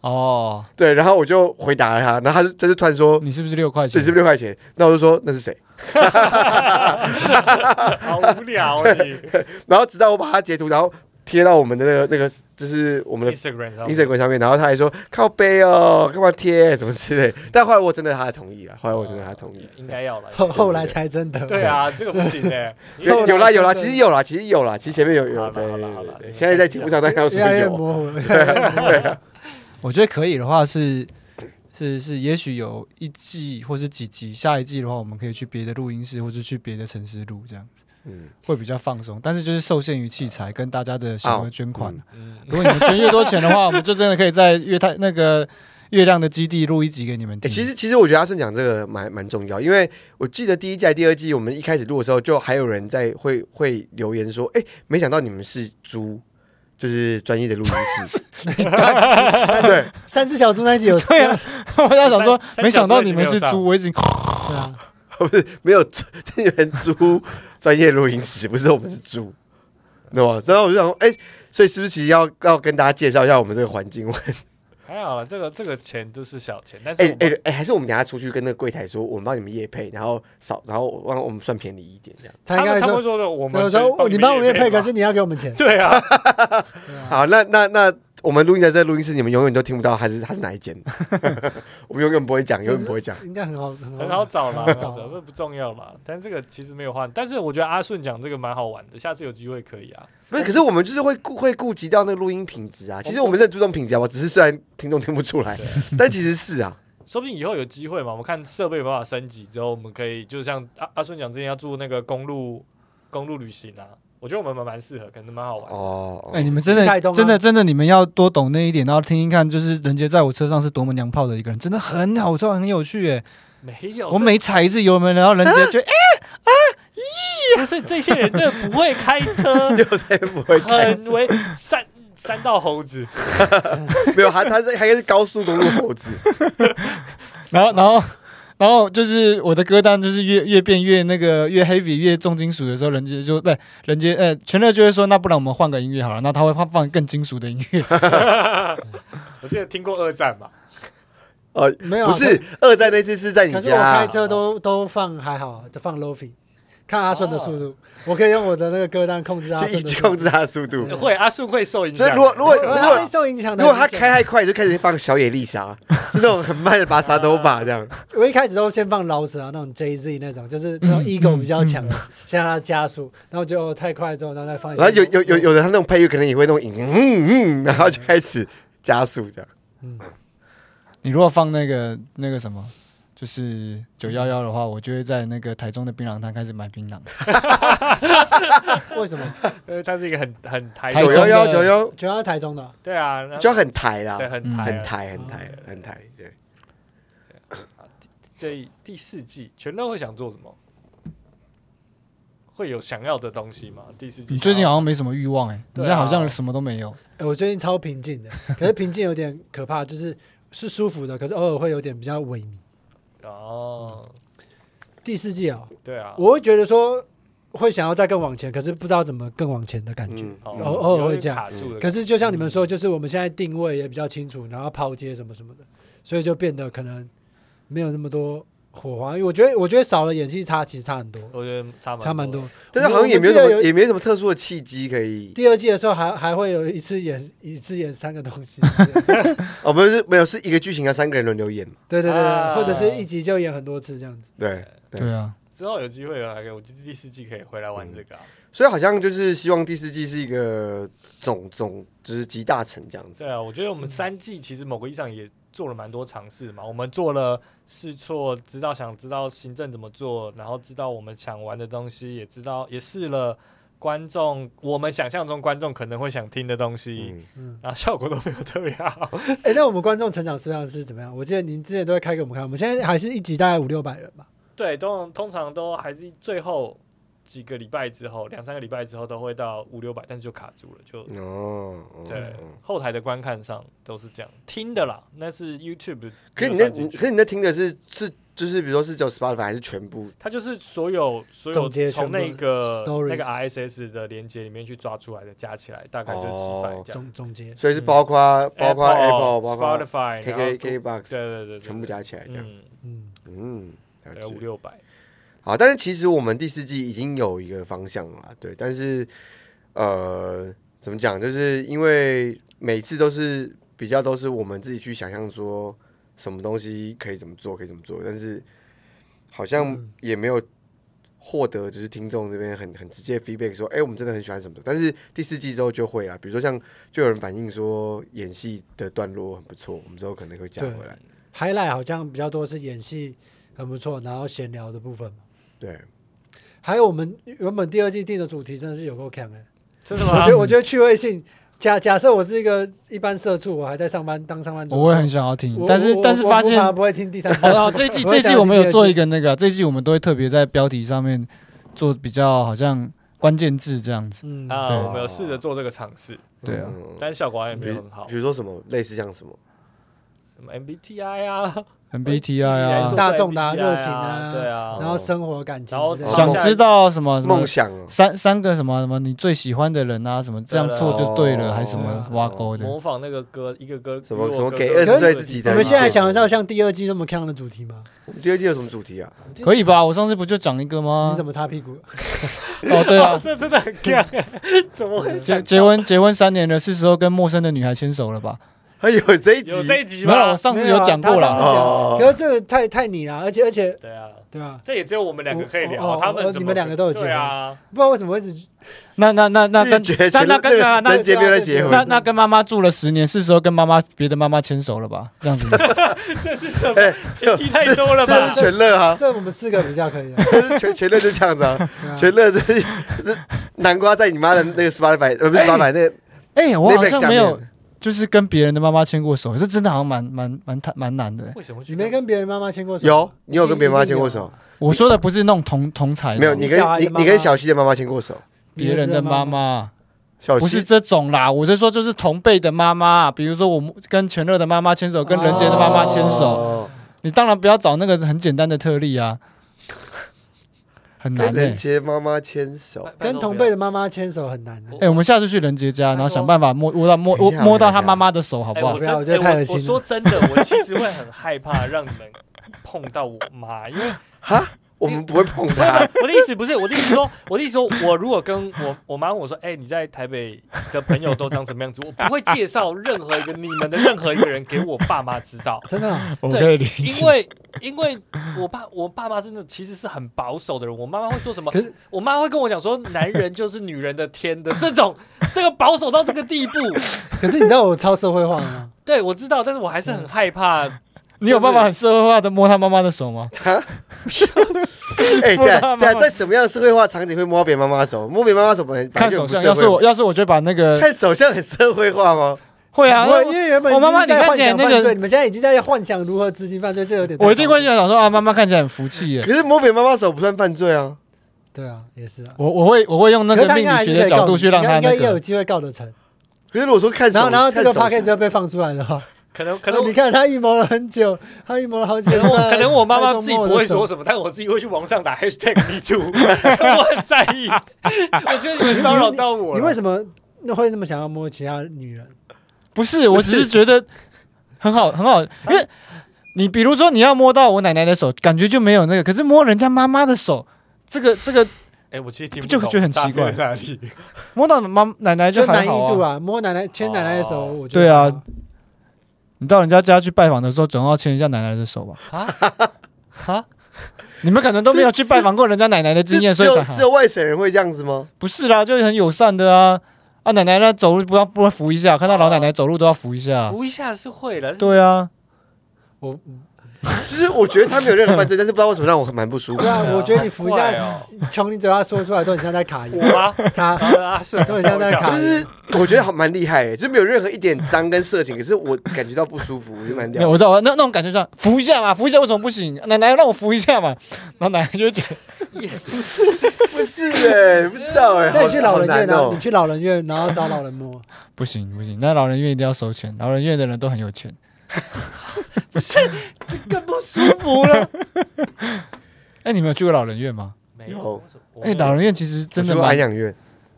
Speaker 3: 哦，
Speaker 2: 对，然后我就回答了他，然后他就他就突然说
Speaker 3: 你是不是六块
Speaker 2: 这
Speaker 3: 钱？
Speaker 2: 是不是六块钱，那我就说那是谁？
Speaker 4: 好无聊 [LAUGHS] 哦你
Speaker 2: 然后直到我把他截图，然后贴到我们的那个那个就是我们的
Speaker 4: Instagram 上面
Speaker 2: Instagram 上面，然后他还说靠背哦，干嘛贴什么之类。但后来我真的他的同意了，后来我真的他同意
Speaker 4: 啊。应该要了。
Speaker 1: 后后来才真的，
Speaker 4: 对，啊，这个不行哎，因为
Speaker 2: 有有啦有啦，其实有啦，其实有啦，其实前面有有
Speaker 4: 好
Speaker 2: 对
Speaker 4: 了好
Speaker 2: 对
Speaker 4: 了好
Speaker 2: 对
Speaker 4: 了
Speaker 2: 对，现在在节目上大家要
Speaker 1: 越
Speaker 2: 说
Speaker 1: 来越
Speaker 2: 有，
Speaker 1: 模糊了，越来越模糊了
Speaker 3: 我觉得可以的话是是是，也许有一季或是几集，下一季的话我们可以去别的录音室或者去别的城市录，这样子
Speaker 2: 嗯，
Speaker 3: 会比较放松。但是就是受限于器材跟大家的小额捐款。
Speaker 2: 哦
Speaker 4: 嗯
Speaker 3: 如果你们捐越多钱的话，我们就真的可以在月太那个月亮的基地录一集给你们
Speaker 4: [LAUGHS] 欸
Speaker 2: 哎，
Speaker 3: 听。
Speaker 2: 其实其实我觉得阿顺讲这个蛮蛮重要，因为我记得第一季、还是第二季我们一开始录的时候，就还有人在会会留言说，哎，没想到你们是猪。就是专业的录音室，
Speaker 1: 啊
Speaker 2: 对，
Speaker 1: 三只小猪那一集有
Speaker 3: 对啊， [LAUGHS] 我在想说
Speaker 4: 三，三
Speaker 3: 没想到你们
Speaker 4: 角
Speaker 3: 是
Speaker 4: 色已经没有哦
Speaker 3: 猪，我已经
Speaker 1: 对啊，
Speaker 2: 没有猪 [LAUGHS] 这你们猪专业录音师，不是我们是猪，懂吗？然后我就想说，哎、所以是不是其实要要跟大家介绍一下我们这个环境？
Speaker 4: 还好了，这个这个钱都是小钱，但是
Speaker 2: 哎
Speaker 4: 我们
Speaker 2: 哎哎，还是我们等一下出去跟那个柜台说，我们帮你们夜配，然后少，然后让我们算便宜一点这样。
Speaker 1: 他应该
Speaker 4: 们他们
Speaker 1: 说
Speaker 4: 会，说的，我
Speaker 1: 他
Speaker 4: 们
Speaker 1: 说你帮我们
Speaker 4: 也
Speaker 1: 配，可
Speaker 4: 嘛
Speaker 1: 是你要给我们钱，
Speaker 4: 对啊，
Speaker 1: 对啊
Speaker 2: 好，那那那我们录音在这录音室，你们永远都听不到，还是它是
Speaker 1: [LAUGHS]
Speaker 2: 哪一间？ [LAUGHS] 我们永远不会讲，
Speaker 1: 真的
Speaker 2: 永远不会讲。
Speaker 1: 应该很好，很
Speaker 4: 很好找啦，
Speaker 1: 很哦好
Speaker 4: 找
Speaker 1: 找
Speaker 4: 那不重要啦。但这个其实没有换，但是我觉得阿顺讲这个蛮好玩的，下次有机会可以啊。
Speaker 2: 不是，可是我们就是会顾会顾及到那个录音品质
Speaker 1: 哦
Speaker 2: 啊。其实我们在注重品质啊，我只是虽然听众听不出来， [LAUGHS] 但其实是啊。
Speaker 4: 说不定以后有机会嘛，我们看设备有办法升级之后，我们可以就像阿阿顺讲之前要住那个公路公路旅行啊，我觉得我们蛮蛮适合，可能蛮好玩的。
Speaker 2: 哦，，
Speaker 3: 哎，你们真的
Speaker 1: 去台东啊
Speaker 3: 真的真的，你们要多懂那一点，然后听一看，就是人杰在我车上是多么娘炮的一个人，真的很好笑，很有趣哎。
Speaker 4: 没有，
Speaker 3: 我每踩一次油门，然后人杰
Speaker 4: [LAUGHS]
Speaker 3: 就哎，
Speaker 4: 不是这些人真的不会开车
Speaker 2: [LAUGHS] 又才不会开，
Speaker 4: 很为三三道猴子，
Speaker 2: 没有，他他是他应该是高速公路猴子，
Speaker 3: 然后然后。然后就是我的歌单，就是越越变越那个越 heavy 越重金属的时候，人杰就不是人杰呃，全乐就会说，那不然我们换个音乐好了。那他会放放更金属的音乐，
Speaker 4: 我记得听过二战吧？
Speaker 2: 呃，
Speaker 1: 没有啊
Speaker 2: 不是二战那次是在你
Speaker 1: 可是我
Speaker 2: 家啊
Speaker 1: 开，车都都放还好，就放 lofi，看阿顺的速度，我可以用我的那个歌单控制阿
Speaker 2: 哦就一
Speaker 1: 顺的
Speaker 2: 直
Speaker 1: 速
Speaker 2: 控
Speaker 1: 度。 [LAUGHS]
Speaker 2: 制啊他的速度。
Speaker 4: 会阿顺会受影
Speaker 2: 所以
Speaker 4: 响。
Speaker 2: 如果如果如
Speaker 1: 如果他
Speaker 2: 果
Speaker 1: 会受影响的，
Speaker 2: 如果他开，太快，就开始放小野丽
Speaker 1: [LAUGHS]
Speaker 2: 莎，是那种很慢的巴萨多巴这样。
Speaker 1: 我一开始都先放老舍啊，那种 J Z 那种，就是
Speaker 2: 嗯
Speaker 1: 那种 ego 比较强的，先让他加速，然后就哦太快之后，然后再放一些。
Speaker 2: 然后有有有有的他那种配乐可能也会那种嗯嗯，然后就开始加速这样。
Speaker 3: 你如果放那个那个什么，就是九幺幺的话，我就会在那个台中的槟榔摊开始买槟榔。
Speaker 1: [LAUGHS] 为什么？
Speaker 4: 呃，他是一个很很台
Speaker 3: 台
Speaker 2: 九
Speaker 3: 中
Speaker 2: 幺幺
Speaker 3: 的
Speaker 2: 九幺
Speaker 1: 主要是台中的啊，
Speaker 4: 对啊，然后
Speaker 2: 就很抬啦，
Speaker 4: 对很
Speaker 3: 嗯
Speaker 4: 台
Speaker 2: 很
Speaker 4: 啊
Speaker 2: 抬很抬很抬。对，
Speaker 4: 这一第四季全都会想做什么？会有想要的东西吗？第四季
Speaker 3: 嗯你最近
Speaker 4: 想
Speaker 3: 好
Speaker 4: 要
Speaker 3: 像没什么欲望哎、你
Speaker 4: 对啊
Speaker 3: 现在好像什么都没有。
Speaker 1: 哎我最近超平静
Speaker 2: [LAUGHS]
Speaker 1: 的，可是平静有点可怕，就是是舒服的，可是偶尔会有点比较萎靡。
Speaker 4: 哦，
Speaker 1: 第四季啊，
Speaker 4: 对啊，
Speaker 1: 我会觉得说会想要再更往前，可是不知道怎么更往前的感觉。
Speaker 2: 嗯，
Speaker 4: 哦
Speaker 1: 偶偶尔
Speaker 4: 有
Speaker 1: 会
Speaker 4: 点
Speaker 1: 这样
Speaker 4: 卡住的
Speaker 1: 可
Speaker 4: 感觉，
Speaker 1: 是就像你们说，就是我们现在定位也比较清楚，然后抛接什么什么的，所以就变得可能没有那么多火花。因为我觉得，我觉得少了演戏差，其实差很多，
Speaker 4: 我觉得差
Speaker 1: 差蛮
Speaker 4: 多
Speaker 1: 多
Speaker 4: 的。。
Speaker 2: 但是好像也没有
Speaker 1: 我
Speaker 2: 什
Speaker 1: 记得
Speaker 2: 么也没什么特殊的契机可以。
Speaker 1: 第二季的时候还还会有一次演一次演三个东西，
Speaker 2: 哦，不是没有是一个剧情要三个人轮流演嘛？
Speaker 1: 对对对对
Speaker 4: 啊
Speaker 1: 对，或者是一集就演很多次这样子。
Speaker 2: 对，对
Speaker 3: 对啊，
Speaker 4: 之后有机会啊，我觉得第四季可以回来玩这个啊。
Speaker 2: 所以好像就是希望第四季是一个总总就是集大成这样子。
Speaker 4: 对啊，我觉得我
Speaker 2: 嗯
Speaker 4: 们三季其实某个意义上也做了蛮多尝试嘛。我们做了试错，知道想知道行政怎么做，然后知道我们想玩的东西，也知道也试了观众我们想象中观众可能会想听的东西，
Speaker 2: 嗯，
Speaker 1: 嗯，
Speaker 4: 然后效果都没有特别好。 [LAUGHS]
Speaker 1: 哎，那我们观众成长数量是怎么样？我记得您之前都会开给我们看，我们现在还是一集大概五六百人吧。
Speaker 4: 对，通通常都还是最后几个礼拜之后，两三个礼拜之后都会到五六百，但是就卡住了，就
Speaker 2: 哦，哦
Speaker 4: 对
Speaker 2: 哦
Speaker 4: 后台的观看上都是这样听的啦。那是 YouTube，
Speaker 2: 可是你
Speaker 4: 没有
Speaker 2: 那，
Speaker 4: 上进
Speaker 2: 你
Speaker 4: 去
Speaker 2: 可是你那听的是是就是，比如说是只有 Spotify 还是全部？
Speaker 4: 它就是所有所
Speaker 1: 总结
Speaker 4: 有
Speaker 1: 全
Speaker 4: 从
Speaker 1: 部
Speaker 4: 那个
Speaker 1: stories
Speaker 4: 那个 RSS 的连接里面去抓出来的，加起来大概就几百
Speaker 2: 哦
Speaker 4: 这
Speaker 1: 总
Speaker 4: 样。
Speaker 1: 总结，
Speaker 2: 所以是包括、包括 Apple，包括
Speaker 4: 嗯 Spotify、然后
Speaker 2: KK KBox，
Speaker 4: 对对对对，
Speaker 2: 全部加起来这
Speaker 4: 对
Speaker 2: 样。
Speaker 4: 嗯，
Speaker 1: 嗯，
Speaker 2: 嗯，了
Speaker 4: 大概五
Speaker 2: 解。
Speaker 4: 六百。
Speaker 2: 好，但是其实我们第四季已经有一个方向了啦，对。但是呃，怎么讲？就是因为每次都是比较都是我们自己去想象说什么东西可以怎么做，可以怎么做，但是好像
Speaker 1: 嗯
Speaker 2: 也没有。获得就是听众这边很很直接的 feedback 说，哎、我们真的很喜欢什么的。但是第四季之后就会啦，比如说像就有人反映说演戏的段落很不错，我们之后可能会加
Speaker 1: 对
Speaker 2: 回来。
Speaker 1: highlight 好像比较多是演戏很不错，然后闲聊的部分嘛。
Speaker 2: 对，
Speaker 1: 还有我们原本第二季定的主题真的是有够强哎、
Speaker 4: 真的
Speaker 3: 啊
Speaker 1: 我 [LAUGHS]
Speaker 4: 吗
Speaker 1: 觉？得我觉得趣味性，假假设我是一个一般社畜，我还在上班当上班族的时候，
Speaker 3: 我会很想要听
Speaker 1: 我，
Speaker 3: 但是
Speaker 1: 我
Speaker 3: 但是
Speaker 1: 我
Speaker 3: 发
Speaker 1: 不
Speaker 3: 现，
Speaker 1: 怕
Speaker 3: 哦
Speaker 1: 不会听第三季，
Speaker 3: [LAUGHS] 哦，这一季
Speaker 1: 我
Speaker 3: 这
Speaker 1: 会
Speaker 3: 一
Speaker 1: 想
Speaker 3: 季我们有
Speaker 1: 听
Speaker 3: 做
Speaker 1: 第二
Speaker 3: 一个那个啊，这一季我们都会特别在标题上面做比较好像关键字这样子。
Speaker 1: 嗯
Speaker 4: 啊，
Speaker 3: 对
Speaker 4: 我们有试着做这个尝试，
Speaker 3: 对啊，
Speaker 2: 嗯
Speaker 4: 但效果好像也没有很好
Speaker 2: 比。如说什么类似像什么
Speaker 4: 什么 MBTI 啊
Speaker 3: MBTI
Speaker 4: [LAUGHS]
Speaker 3: 啊
Speaker 4: 做，
Speaker 1: 大众的啊
Speaker 4: MBTI
Speaker 1: 热情啊
Speaker 4: 对啊，
Speaker 1: 然后生活感情
Speaker 4: 然后
Speaker 1: 之类的，
Speaker 3: 想知道啊什么什么
Speaker 2: 梦想哦
Speaker 3: 三三个什么什么你最喜欢的人啊，什么这样做就对啊哦了，还是什么挖沟的？
Speaker 4: 模仿那个歌，一个歌
Speaker 2: 什么
Speaker 4: 比我
Speaker 2: 什么
Speaker 4: 歌
Speaker 2: 给
Speaker 4: 更
Speaker 2: 二十岁自己
Speaker 1: 你
Speaker 2: 的
Speaker 1: 们现在想得到像第二季那么强的主题吗？
Speaker 2: 我们第二季有什么主题啊？ [LAUGHS]
Speaker 3: 可以吧？我上次不就讲一个吗
Speaker 1: 你？怎么擦屁股？
Speaker 3: 哦，对
Speaker 4: 哇
Speaker 3: [LAUGHS] 啊，
Speaker 4: [LAUGHS] 这真的很干， [LAUGHS] 怎么会
Speaker 2: [LAUGHS]
Speaker 3: 结
Speaker 4: 想
Speaker 3: 结婚结婚三年了，是时候跟陌生的女孩牵手了吧？
Speaker 2: 还有哎这一集
Speaker 4: 有这一集
Speaker 3: 没有，
Speaker 4: 吗
Speaker 3: 我？上次有讲过
Speaker 1: 没有啊他
Speaker 3: 了
Speaker 1: 上。
Speaker 2: 哦
Speaker 1: 可是这个太太你了，而且而且
Speaker 4: 对啊，
Speaker 1: 对吧？
Speaker 4: 这也只有我们两个可以
Speaker 1: 哦
Speaker 4: 聊，
Speaker 1: 哦
Speaker 4: 他们
Speaker 1: 哦
Speaker 4: 怎么
Speaker 1: 你们两个都有结婚
Speaker 4: 对啊，
Speaker 1: 不知道为什么会一直
Speaker 3: 那那那那跟
Speaker 2: 日结
Speaker 3: 那
Speaker 2: 全
Speaker 3: 那
Speaker 2: 那
Speaker 3: 跟那
Speaker 2: 个
Speaker 3: 那
Speaker 2: 人杰没有在结婚，
Speaker 3: 那那跟妈妈住了十年，是时候跟妈妈别的妈妈牵手了吧？这样子，
Speaker 4: 这是什么
Speaker 2: 哎
Speaker 4: 前提太多了
Speaker 2: 这
Speaker 4: 吧
Speaker 2: 是？全乐啊，
Speaker 1: 这我们四个比较可以啊。
Speaker 2: 这是全全乐就这样子
Speaker 3: [LAUGHS]
Speaker 2: 啊，
Speaker 1: 对啊
Speaker 2: 全乐这是这南瓜在你妈的那个 Spotify 呃不是 Spotify 那个
Speaker 3: [LAUGHS] 哎，我好
Speaker 2: Netflix
Speaker 3: 像
Speaker 2: 下
Speaker 3: 没有
Speaker 2: 面，
Speaker 3: 就是跟别人的妈妈牵过手，这真的好像蛮蛮蛮太蛮难的欸。
Speaker 4: 为什么去
Speaker 1: 你没跟别人妈妈牵过手？
Speaker 2: 有你有跟别人妈妈牵过手？
Speaker 3: 我说的不是那种同同
Speaker 4: 哎
Speaker 3: 才的，
Speaker 2: 没有？你跟
Speaker 1: 小孩的
Speaker 2: 你
Speaker 1: 妈妈
Speaker 2: 你跟小西的妈妈牵过手？
Speaker 3: 别人的妈妈，
Speaker 2: 小
Speaker 1: 哦
Speaker 3: 不是
Speaker 2: 西
Speaker 3: 这种啦。我是说，就是同辈的妈妈，比如说我跟全乐的妈妈牵手，跟人杰的妈妈牵手。
Speaker 2: 哦
Speaker 3: 你当然不要找那个很简单的特例啊，很难欸
Speaker 2: 跟
Speaker 3: 诶、
Speaker 2: 人杰妈妈牵手
Speaker 4: 拜，拜
Speaker 1: 跟
Speaker 4: 托
Speaker 1: 同
Speaker 4: 不要
Speaker 1: 辈的妈妈牵手很难的。啊
Speaker 3: 哎、我们下次去人杰家，然后想办法摸摸到摸
Speaker 2: 等一下
Speaker 3: 摸到他妈妈的手，好
Speaker 4: 哎，
Speaker 3: 不好
Speaker 4: 我？
Speaker 1: 不
Speaker 4: 真
Speaker 1: 要我觉得
Speaker 4: 哎
Speaker 1: 太恶
Speaker 4: 我
Speaker 1: 心
Speaker 4: 我
Speaker 1: 了
Speaker 4: 说真的，我其实会很害怕让你们碰到我妈，因为
Speaker 2: 哈，我们不会碰
Speaker 4: 不是
Speaker 2: 他，
Speaker 4: 不是我的意思不是，我的意思说，我的意思说，我如果跟我我妈问我说，哎、你在台北的朋友都长什么样子，我不会介绍任何一个你们的任何一个人给我爸妈知道，
Speaker 1: 真的啊，
Speaker 3: 我
Speaker 4: 对
Speaker 3: 可以理
Speaker 4: 因
Speaker 3: 解。
Speaker 4: 为因为我爸我爸妈真的其实是很保守的人，我妈妈会说什么
Speaker 1: 可是？
Speaker 4: 我妈会跟我讲说，男人就是女人的天的这种，这个保守到这个地步，
Speaker 1: 可是你知道我超社会化的
Speaker 3: [LAUGHS]
Speaker 1: 吗？
Speaker 4: 对我知道，但是我还是很害怕，
Speaker 3: 你有办法很社会化的摸他妈妈的
Speaker 2: [LAUGHS]
Speaker 3: 手吗？
Speaker 2: 哎，
Speaker 3: 不
Speaker 2: 对
Speaker 3: 然
Speaker 2: 啊
Speaker 3: 妈妈
Speaker 2: 对啊，在什么样的社会化场景会摸别人妈妈手？摸别人妈妈手本来本
Speaker 3: 看
Speaker 2: 来就
Speaker 3: 手
Speaker 2: 很不
Speaker 3: 相，
Speaker 2: 社
Speaker 3: 要是我呃
Speaker 2: 会，
Speaker 3: 要是我就把那个
Speaker 2: 看手相很社会化吗？
Speaker 3: 会啊，
Speaker 1: 不会因为原本
Speaker 3: 我妈妈
Speaker 1: 已经
Speaker 3: 你
Speaker 1: 在
Speaker 3: 看
Speaker 1: 幻
Speaker 3: 起来
Speaker 1: 想
Speaker 3: 那
Speaker 1: 犯
Speaker 3: 个
Speaker 1: 罪，你们现在已经在幻想如何执行犯罪，这有点太
Speaker 3: 我一定
Speaker 1: 超过
Speaker 3: 会想说啊，妈妈看起来很服气耶。
Speaker 2: 可是摸别人妈妈手不算犯罪啊。
Speaker 1: 对啊，也是啊。
Speaker 3: 我我会我会用那
Speaker 1: 可是
Speaker 3: 个
Speaker 1: 他
Speaker 3: 命
Speaker 1: 应该还
Speaker 3: 理
Speaker 1: 是可
Speaker 3: 学的
Speaker 1: 以
Speaker 3: 角
Speaker 1: 告你
Speaker 3: 度去让他
Speaker 1: 应该
Speaker 3: 那
Speaker 1: 应该有
Speaker 3: 个。
Speaker 1: 机会告得成。
Speaker 2: 可是如果说看手，
Speaker 1: 然后然后这个 p a
Speaker 2: 看
Speaker 1: c
Speaker 2: 手
Speaker 1: a 就被放出来的话，
Speaker 4: 可能可
Speaker 1: 可
Speaker 4: 能
Speaker 1: 能哦 [LAUGHS] 你看他预谋了很久，他预谋了好久。
Speaker 4: 可能我可能我妈
Speaker 1: 他
Speaker 4: 妈
Speaker 1: 就
Speaker 4: 自己
Speaker 1: 摸
Speaker 4: 不
Speaker 1: 我的
Speaker 4: 会
Speaker 1: 手
Speaker 4: 说什么，但我自己会去网上打 hashtag me too，就 [LAUGHS] 我很在意。我觉得你们骚扰到我了。
Speaker 1: 你为什么那会那么想要摸其他女人？
Speaker 3: 不是，我只是觉得很好很好，因为你比如说你要摸到我奶奶的手，感觉就没有那个，可是摸人家妈妈的手，这个这个
Speaker 4: 哎，我其实听不
Speaker 3: 就
Speaker 4: 懂
Speaker 3: 觉得很奇
Speaker 4: 大
Speaker 3: 怪
Speaker 4: 概在哪里？
Speaker 3: 摸到妈奶奶就
Speaker 1: 难
Speaker 3: 还
Speaker 1: 易
Speaker 3: 好
Speaker 1: 度
Speaker 3: 啊。
Speaker 1: 啊，摸奶奶牵奶奶的手，
Speaker 4: 哦
Speaker 1: 我觉得
Speaker 3: 对啊
Speaker 1: 还好
Speaker 3: 你到人家家去拜访的时候，总要牵一下奶奶的手吧？
Speaker 4: 啊哈，
Speaker 3: 你们可能都没有去拜访过人家奶奶的经验，
Speaker 2: 只
Speaker 3: 所以
Speaker 2: 有
Speaker 3: 才
Speaker 2: 只有外省人会这样子吗？
Speaker 3: 不是啦，就是很友善的啊啊！奶奶那走路不要不要扶一下，看到老奶奶走路都要扶一下。
Speaker 4: 扶一下是会了，
Speaker 3: 啊对啊，
Speaker 1: 我
Speaker 2: 就是我觉得他没有任何犯罪，但是不知道为什么让我很蛮不舒服
Speaker 1: 对。啊， [LAUGHS] 我觉得你扶一
Speaker 4: 好怪
Speaker 1: 下
Speaker 4: 哦，
Speaker 1: 从你嘴巴说出来都很像在卡
Speaker 3: [LAUGHS]
Speaker 4: 我
Speaker 1: 油。
Speaker 4: 吗？
Speaker 1: 他
Speaker 4: 啊啊，是，
Speaker 1: 都很像在
Speaker 4: 吓我一跳
Speaker 1: 卡
Speaker 2: 就是我觉得好蛮厉害的，就没有任何一点脏跟色情，可是我感觉到不舒服，我就蛮
Speaker 3: 没有
Speaker 2: 屌。
Speaker 3: 我知道，那那种感觉这样扶一下嘛，扶一下为什么不行？奶奶让我扶一下嘛，然后奶奶就会觉得
Speaker 2: 不是哎，不知道 [LAUGHS] 哎。
Speaker 1: 那你去
Speaker 2: 好
Speaker 1: 老人院
Speaker 2: 好难
Speaker 1: 啊，
Speaker 2: 哦
Speaker 1: 你去老人院，然后找老人摸，
Speaker 3: 不行不行，那老人院一定要收钱，老人院的人都很有钱。
Speaker 4: 不是， [LAUGHS] 这更不舒服了。
Speaker 3: [LAUGHS] 哎，你们有去过老人院吗？
Speaker 4: 没
Speaker 2: 有，
Speaker 4: 我没
Speaker 3: 哎，
Speaker 4: 有
Speaker 3: 老人院其实
Speaker 1: 啊
Speaker 3: 真
Speaker 2: 我
Speaker 3: 的
Speaker 2: 去过安
Speaker 3: 蛮
Speaker 2: 养院，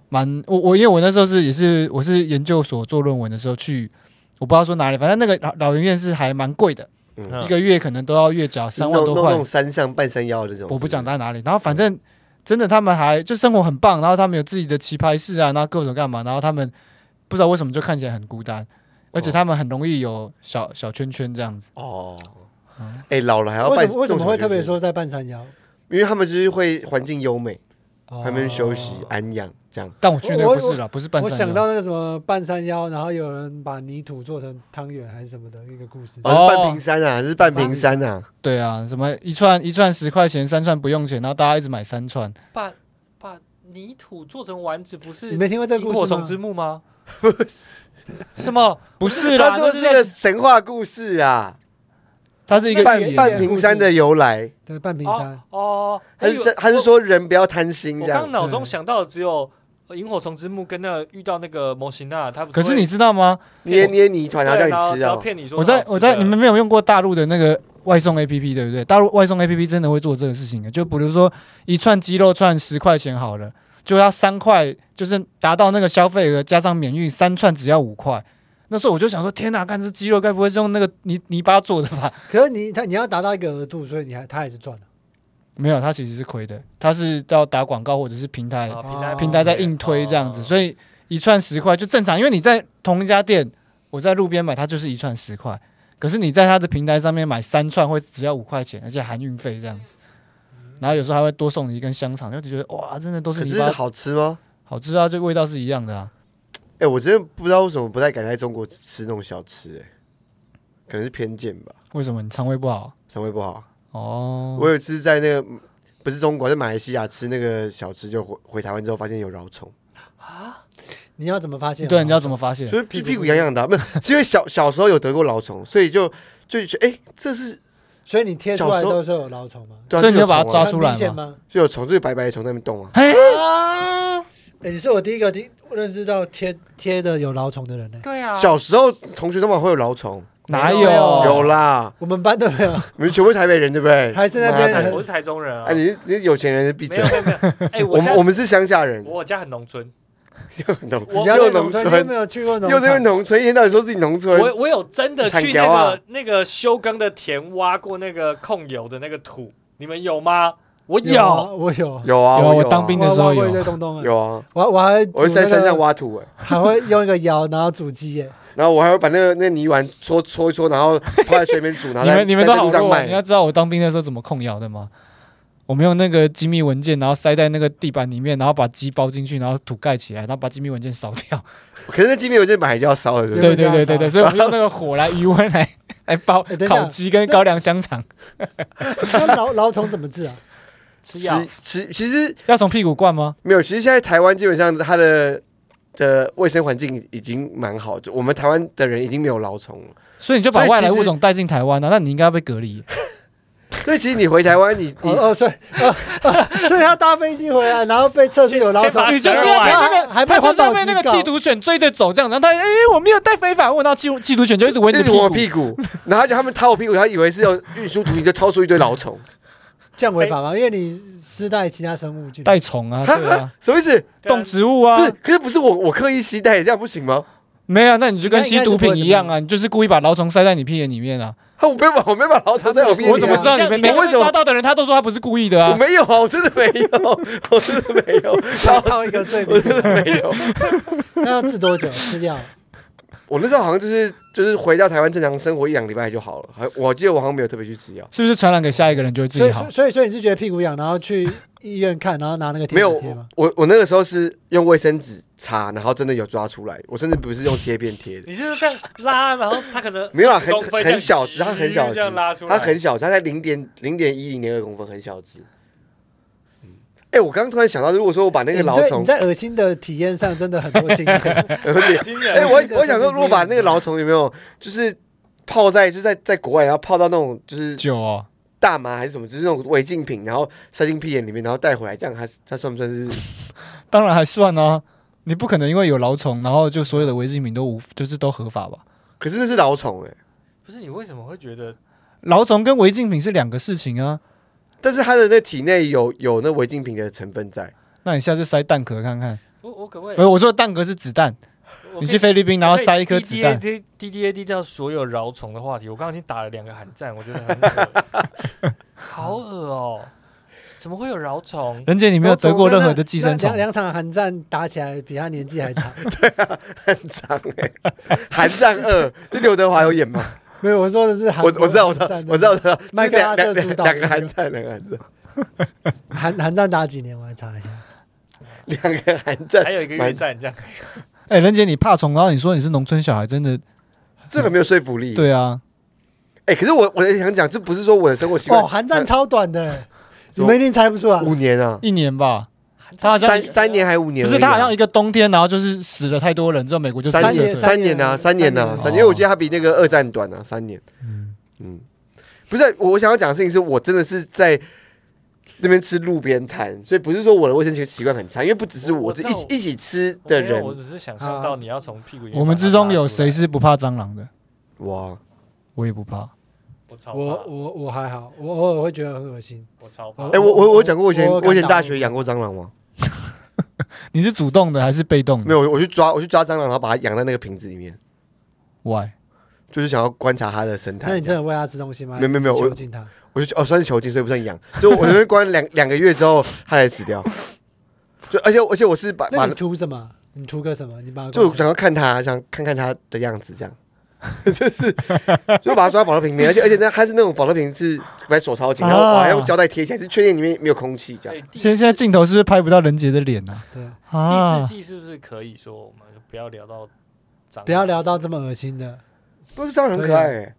Speaker 3: 蛮，我我因为我那时候是也是我是研究所做论文的时候去，我不知道说哪里，反正那个老老人院是还蛮贵的，
Speaker 4: 嗯
Speaker 3: 一个月可能都要月缴三
Speaker 2: 就是
Speaker 3: 万
Speaker 2: 弄
Speaker 3: 多
Speaker 2: 弄那
Speaker 3: 块
Speaker 2: 种。山上半山腰的那种。
Speaker 3: 我不讲在哪里，然后反正真的他们还就生活很棒，然后他们有自己的棋牌室啊，然后各种干嘛，然后他们不知道为什么就看起来很孤单，而且他们很容易有小小圈圈这样子。
Speaker 2: 哦。哎，老了还要
Speaker 1: 为
Speaker 2: 办
Speaker 1: 什么为什么会特别？
Speaker 2: 弄小圈圈
Speaker 1: 说在半山腰？
Speaker 2: 因为他们就是会环境优美，
Speaker 1: 哦
Speaker 2: 他们休息安养这样。
Speaker 3: 但我去那
Speaker 1: 我
Speaker 3: 不是啦，不是半
Speaker 1: 我
Speaker 3: 山
Speaker 1: 想
Speaker 3: 腰
Speaker 1: 到那个什么半山腰，然后有人把泥土做成汤圆还是什么的一个故事。
Speaker 3: 哦
Speaker 2: 哦，是半屏山啊，是半屏山啊，
Speaker 3: 对啊，什么一串一串十块钱，三串不用钱，然后大家一直买三串。
Speaker 4: 把把泥土做成丸子，不是
Speaker 1: 你没听过这个
Speaker 4: 萤火
Speaker 1: 故事
Speaker 4: 虫
Speaker 1: 吗？
Speaker 4: 之墓吗？ [LAUGHS] 什么？
Speaker 3: 不是
Speaker 2: [LAUGHS]
Speaker 3: 啦，
Speaker 2: 他
Speaker 3: 那
Speaker 2: 说
Speaker 3: 是
Speaker 2: 是
Speaker 3: 那
Speaker 2: 个神话故事啊，
Speaker 3: 它是一个寓
Speaker 2: 半
Speaker 3: 言啊
Speaker 2: 半屏山的由来。
Speaker 1: 对，半屏山
Speaker 4: 哦哦，
Speaker 2: 他
Speaker 4: 哎
Speaker 2: 是
Speaker 4: 呦
Speaker 2: 他是
Speaker 4: 我
Speaker 2: 说人不要贪心
Speaker 4: 我
Speaker 2: 这
Speaker 4: 刚
Speaker 2: 样，
Speaker 4: 脑中想到的只有《萤火虫之墓》跟那个遇到那个模型娜，他不
Speaker 3: 可是
Speaker 4: 会
Speaker 3: 你知道吗？
Speaker 2: 捏捏泥团，然后
Speaker 4: 对
Speaker 2: 叫
Speaker 4: 然后
Speaker 2: 你吃
Speaker 4: 然
Speaker 2: 啊
Speaker 4: 后。骗你说
Speaker 3: 我在
Speaker 4: 好吃
Speaker 3: 我在
Speaker 4: 的
Speaker 3: 你们没有用过大陆的那个外送 APP 对不对？大陆外送 APP 真的会做这个事情的，就比如说一串鸡肉串十块钱好了，就要三块，就是达到那个消费额加上免运，三串只要五块。那时候我就想说，天哪，看这鸡肉该不会是用那个泥泥巴做的吧？ [LAUGHS]
Speaker 1: 可是你他你要达到一个额度，所以你还他还是赚了。
Speaker 3: 没有，它其实是亏的，它是要打广告或者是平台、
Speaker 4: 啊平台
Speaker 1: 哦
Speaker 3: 平台在硬推这
Speaker 2: 哦
Speaker 3: 样子，所以一串十块就正常，因为你在同一家店，我在路边买它就是一串十块，可是你在它的平台上面买三串会只要五块钱，而且含运费这样子，然后有时候还会多送你一根香肠，就觉得哇，真的都是
Speaker 2: 可
Speaker 3: 泥
Speaker 2: 是
Speaker 3: 巴，
Speaker 2: 好吃吗？
Speaker 3: 好吃啊，这个味道是一样的啊。
Speaker 2: 哎、我真的不知道为什么不太敢在中国吃那种小吃、哎，可能是偏见吧，
Speaker 3: 为什么你肠胃不好？
Speaker 2: 肠胃不好。
Speaker 3: 哦，
Speaker 2: 我有一次在那个不是中国，在马来西亚吃那个小吃，就回回台湾之后发现有蛲虫，
Speaker 1: 你要怎么发现？
Speaker 3: 啊
Speaker 1: 啊
Speaker 3: 对，你要怎么发现？
Speaker 2: 所以屁屁股痒痒的啊、没有，是因为小 [LAUGHS] 小时候有得过蛲虫，所以就就觉得哎、这是
Speaker 1: 所以你贴出来
Speaker 2: 小时候
Speaker 1: 都是有老虫吗？
Speaker 2: 对啊
Speaker 3: 所以你
Speaker 2: 就
Speaker 3: 就把它
Speaker 2: 它
Speaker 3: 抓出来
Speaker 1: 很明显
Speaker 3: 吗
Speaker 1: 吗？
Speaker 2: 就有虫，就是白白的虫在那边动啊。
Speaker 3: 嘿，
Speaker 1: 哎，你是我第一个听认识到贴贴的有老虫的人呢。
Speaker 4: 对啊，
Speaker 2: 小时候同学都嘛会有蛲虫，
Speaker 3: 哪
Speaker 1: 没有
Speaker 2: 有
Speaker 3: 有？
Speaker 2: 啦，
Speaker 1: 我们班的没有，
Speaker 2: 你们全部是台北人对不对？
Speaker 1: 还是那边
Speaker 2: [LAUGHS] 妈的
Speaker 1: 很
Speaker 4: 我是台中人啊
Speaker 2: 哎，，你你是有钱人的闭
Speaker 4: 没有。
Speaker 2: 嘴
Speaker 4: 没有没有，哎，
Speaker 2: 我
Speaker 4: 我
Speaker 2: 们
Speaker 4: 家
Speaker 2: 我们是乡下人， [LAUGHS]
Speaker 4: 我家很农村，
Speaker 2: 又农
Speaker 4: 我
Speaker 1: 你要在
Speaker 2: 又
Speaker 1: 农
Speaker 2: 农
Speaker 1: 村，你有
Speaker 2: 村
Speaker 1: 没，有去过农
Speaker 2: 又在
Speaker 1: 村？
Speaker 2: 农村，一天到晚说自己农村。
Speaker 4: 我我有真的去
Speaker 2: 惨屌
Speaker 4: 那
Speaker 2: 啊
Speaker 4: 个那个休耕的田挖过那个控油的那个土，你们有吗？我
Speaker 1: 啊
Speaker 4: 有，
Speaker 1: 我有，
Speaker 2: 有啊，
Speaker 3: 有啊
Speaker 2: 我
Speaker 3: 我当兵的时
Speaker 1: 我
Speaker 3: 候
Speaker 1: 挖过
Speaker 3: 有
Speaker 1: 一堆东东啊。
Speaker 2: 有啊，
Speaker 1: 我我还煮
Speaker 2: 我是在
Speaker 1: 那个
Speaker 2: 山上挖土哎，
Speaker 1: [LAUGHS] 还会用一个摇，然后煮鸡
Speaker 3: [LAUGHS]
Speaker 1: 耶。
Speaker 2: 然后我还会把那个那泥丸搓搓一搓，然后泡在水里面
Speaker 3: [LAUGHS]
Speaker 2: 煮，然后
Speaker 3: 你
Speaker 2: 在
Speaker 3: 们你们都
Speaker 2: 在
Speaker 3: 好
Speaker 2: 路上
Speaker 3: 弱啊，你要
Speaker 2: 卖。
Speaker 3: 知道我当兵的时候怎么控窑的吗？我们用那个机密文件，然后塞在那个地板里面，然后把鸡包进去，然后土盖起来，然后把机密文件烧掉。
Speaker 2: 可是那鸡面我就本来就要烧的，对不对
Speaker 3: 对对对对对，所以我们用那个火来余温来来包
Speaker 1: 哎等一下
Speaker 3: 烤鸡跟高粱香肠，
Speaker 1: 那老老虫怎么治啊？
Speaker 4: 吃药
Speaker 2: 其其其实
Speaker 3: 要从屁股灌吗？
Speaker 2: 没有，其实现在台湾基本上它的的卫生环境已经蛮好，就我们台湾的人已经没有老虫了。
Speaker 3: 所以你就把
Speaker 2: 所以
Speaker 3: 外来
Speaker 2: 其实
Speaker 3: 物种带进台湾啊，那你应该要被隔离。
Speaker 2: 所以其实你回台湾，
Speaker 3: [LAUGHS]
Speaker 2: 你
Speaker 1: 哦
Speaker 2: 你
Speaker 1: 哦，所以哦哦所以他搭飞机回来，然后被测出有老
Speaker 4: 先先
Speaker 1: 虫
Speaker 4: 把，
Speaker 3: 你就是
Speaker 4: 十
Speaker 3: 要
Speaker 4: 二
Speaker 3: 被
Speaker 4: 万
Speaker 3: 那个，
Speaker 1: 还被
Speaker 3: 他就
Speaker 1: 环
Speaker 3: 是要
Speaker 1: 保
Speaker 3: 被那个
Speaker 1: 局告
Speaker 3: 缉毒犬追着走，这样，然后他哎、我没有带非法物，然后缉缉毒犬就一直闻你
Speaker 2: 一
Speaker 3: 的
Speaker 2: 直哎我
Speaker 3: 屁
Speaker 2: 屁股，然后就他们掏我屁股，他以为是有运输毒品，就掏出一堆老虫，
Speaker 1: 这样违法吗？因为你私带其他生物进来
Speaker 3: 带虫 [LAUGHS] 啊，对啊，
Speaker 2: 什么意思？
Speaker 3: 动植物啊
Speaker 2: 不，是，可是不是我我刻意携带，这样不行吗？ [LAUGHS]
Speaker 3: 没有，啊那你就跟
Speaker 1: 应该应
Speaker 3: 吸
Speaker 1: 该
Speaker 3: 毒
Speaker 1: 是不会
Speaker 3: 品一样啊，你就是故意把老虫塞在你屁眼里面啊。
Speaker 2: 啊，我没有把，我没有把老虫在我屁眼里啊
Speaker 3: 我怎么知道你
Speaker 4: 这样
Speaker 3: 们每
Speaker 2: 我
Speaker 3: 个
Speaker 2: 为
Speaker 3: 被
Speaker 2: 什么
Speaker 3: 抓到的人，他都说他不是故意的
Speaker 2: 我
Speaker 3: 啊？
Speaker 2: 没有啊，我真的没有，我真的没有，
Speaker 1: 再套一个罪
Speaker 2: 我
Speaker 1: 名，
Speaker 2: 真的没有。
Speaker 1: 那要治多久？吃掉？
Speaker 2: [LAUGHS] 我那时候好像就是就是回到台湾正常生活一两个礼拜就好了，还我记得我好像没有特别去吃药，
Speaker 3: 是不是传染给下一个人就会 [LAUGHS] 自
Speaker 1: 所
Speaker 3: 己
Speaker 1: 以所
Speaker 3: 好
Speaker 1: 以？所以所以你是觉得屁股痒，然后去医院看，然后拿那个贴
Speaker 2: 没有
Speaker 1: 纸贴吗？
Speaker 2: 我我那个时候是用卫生纸擦，然后真的有抓出来，我甚至不是用贴片贴
Speaker 4: [LAUGHS]
Speaker 2: 的，
Speaker 4: 你就是这样拉，然后他可能
Speaker 2: 没有啊，很
Speaker 4: 10公分这样
Speaker 2: 很小只，
Speaker 4: 直
Speaker 2: 它很小只
Speaker 4: 这样拉出，来，
Speaker 2: 它很小只，它才零点零点一零点二公分，很小只。嗯，哎、我刚刚突然想到，如果说我把那个
Speaker 1: 哎你
Speaker 2: 老
Speaker 1: 对
Speaker 2: 虫 [LAUGHS]
Speaker 1: 你，在恶心的体验上真的很多经验，
Speaker 2: 而且
Speaker 4: 惊 [LAUGHS]
Speaker 2: 哎、
Speaker 4: 人。
Speaker 2: 我我想说，如果把那个老虫有没有，就是泡在就在在国外，然后泡到那种就是
Speaker 3: 酒哦，
Speaker 2: 大麻还是什么，就是那种违禁品，然后塞进屁眼里面，然后带回来，这样它它算不算是？
Speaker 3: 当然还算啊。你不可能因为有老虫，然后就所有的违禁品都无，就是都合法吧？
Speaker 2: 可是那是老虫哎、
Speaker 4: 不是你为什么会觉得
Speaker 3: 老虫跟违禁品是两个事情啊。
Speaker 2: 但是它的那体内有有那违禁品的成分在，
Speaker 3: 那你下次塞蛋壳看看，
Speaker 4: 我我可不可以
Speaker 3: 不是？我说的蛋壳是子弹，
Speaker 4: 我
Speaker 3: 你
Speaker 4: 可
Speaker 3: 去
Speaker 4: 以
Speaker 3: 菲律宾然后塞一颗子弹，
Speaker 4: D D A D 掉所有饶虫的话题，我刚刚已经打了两个寒战，我觉得很恶好恶哦、怎么会有饶虫？
Speaker 3: 人姐你没有 [LAUGHS] 得过任何的寄生
Speaker 1: 那
Speaker 3: 虫
Speaker 1: 两，两场寒战打起来比他年纪还长。
Speaker 2: 很脏哎、寒战二，就刘德华有演吗？
Speaker 1: 没有，我说的是韩
Speaker 2: 我我知道，我知道
Speaker 1: 韩战，的
Speaker 2: 我知道，我知道，就是
Speaker 1: 麦克阿
Speaker 2: 两
Speaker 1: 瑟
Speaker 2: 两
Speaker 1: 主
Speaker 2: 两
Speaker 1: 导
Speaker 2: 两个寒战，两个寒战，
Speaker 1: 韩韩战打几年？我来查一下。
Speaker 2: 两个寒战
Speaker 4: 还，有一个越战这样，
Speaker 3: 哎，人姐你怕虫，然后你说你是农村小孩，真的
Speaker 2: 这很没有说服力。，
Speaker 3: 对啊？
Speaker 2: 哎、可是我我也想讲，这不是说我的生活习惯
Speaker 1: 哦，韩战超短的，
Speaker 2: 什
Speaker 1: 你
Speaker 2: 么
Speaker 1: 们一定猜不出来。
Speaker 2: 五年啊，
Speaker 3: 一年吧，他好像
Speaker 2: 三三年还五年而已啊，
Speaker 3: 不是他好像一个冬天，然后就是死了太多人之后，美国就
Speaker 2: 三
Speaker 1: 三年
Speaker 2: 年，三年啊，
Speaker 1: 三
Speaker 2: 三
Speaker 1: 年
Speaker 2: 年啊，
Speaker 1: 三年
Speaker 2: 三年，因为我记得它比那个二战短啊，三年。嗯嗯，不是，我想要讲的事情是我真的是在那边吃路边摊，所以不是说我的卫生习习惯很差，因为不只是
Speaker 4: 我
Speaker 2: 我，
Speaker 4: 我
Speaker 2: 这
Speaker 4: 知
Speaker 2: 一
Speaker 4: 道
Speaker 2: 起一起吃
Speaker 4: 我
Speaker 2: 的
Speaker 4: 没有
Speaker 2: 人
Speaker 4: 我，只是想象到你要从屁股里面
Speaker 3: 我们
Speaker 4: 把它
Speaker 3: 之中
Speaker 4: 拉
Speaker 3: 有
Speaker 4: 出来
Speaker 3: 谁？是不怕蟑螂的？
Speaker 2: 哇，
Speaker 3: 我也不怕。
Speaker 4: 我超
Speaker 1: 我
Speaker 4: 我
Speaker 1: 我我还好，我偶尔会觉得很恶心。
Speaker 4: 我超怕
Speaker 1: 我
Speaker 2: 哎、，我我我讲过我以前
Speaker 1: 我
Speaker 2: 我
Speaker 1: 敢
Speaker 2: 以前大
Speaker 1: 打
Speaker 2: 学养过蟑螂吗？
Speaker 3: 你是主动的还是被动的？
Speaker 2: 没有，我我去抓我去抓蟑螂，然后把它养在那个瓶子里面，
Speaker 3: Why？
Speaker 2: 就是想要观察它的生态
Speaker 1: 那你
Speaker 2: 这
Speaker 1: 真
Speaker 2: 样。
Speaker 1: 的喂它吃东西吗？
Speaker 2: 没有没有没有
Speaker 1: 还
Speaker 2: 我
Speaker 1: 是囚禁它。
Speaker 2: 我就哦算是囚禁，所以不算养，所以我我那边关两两个月之后，它才死掉。就而且而且我是把
Speaker 1: 那
Speaker 2: 把
Speaker 1: 你涂什么？你涂个什么？你把它
Speaker 2: 就想要看它，想看看它的样子这样。 [LAUGHS] 就是，就把它抓到保乐瓶里面，而且而且那它是那种保乐瓶是把手超紧，然后
Speaker 3: 啊
Speaker 2: 我还用胶带贴起来，就确定里面没有空气这样。
Speaker 4: 哎第
Speaker 3: 现在现在镜头是不是拍不到任杰的脸呢、
Speaker 1: 对，
Speaker 3: 啊？
Speaker 4: 第四
Speaker 3: 啊，
Speaker 4: 季是不是可以说我们就不要聊到蟑螂？
Speaker 1: 不要聊到这么恶心的。
Speaker 2: 不是蟑螂很可爱、欸，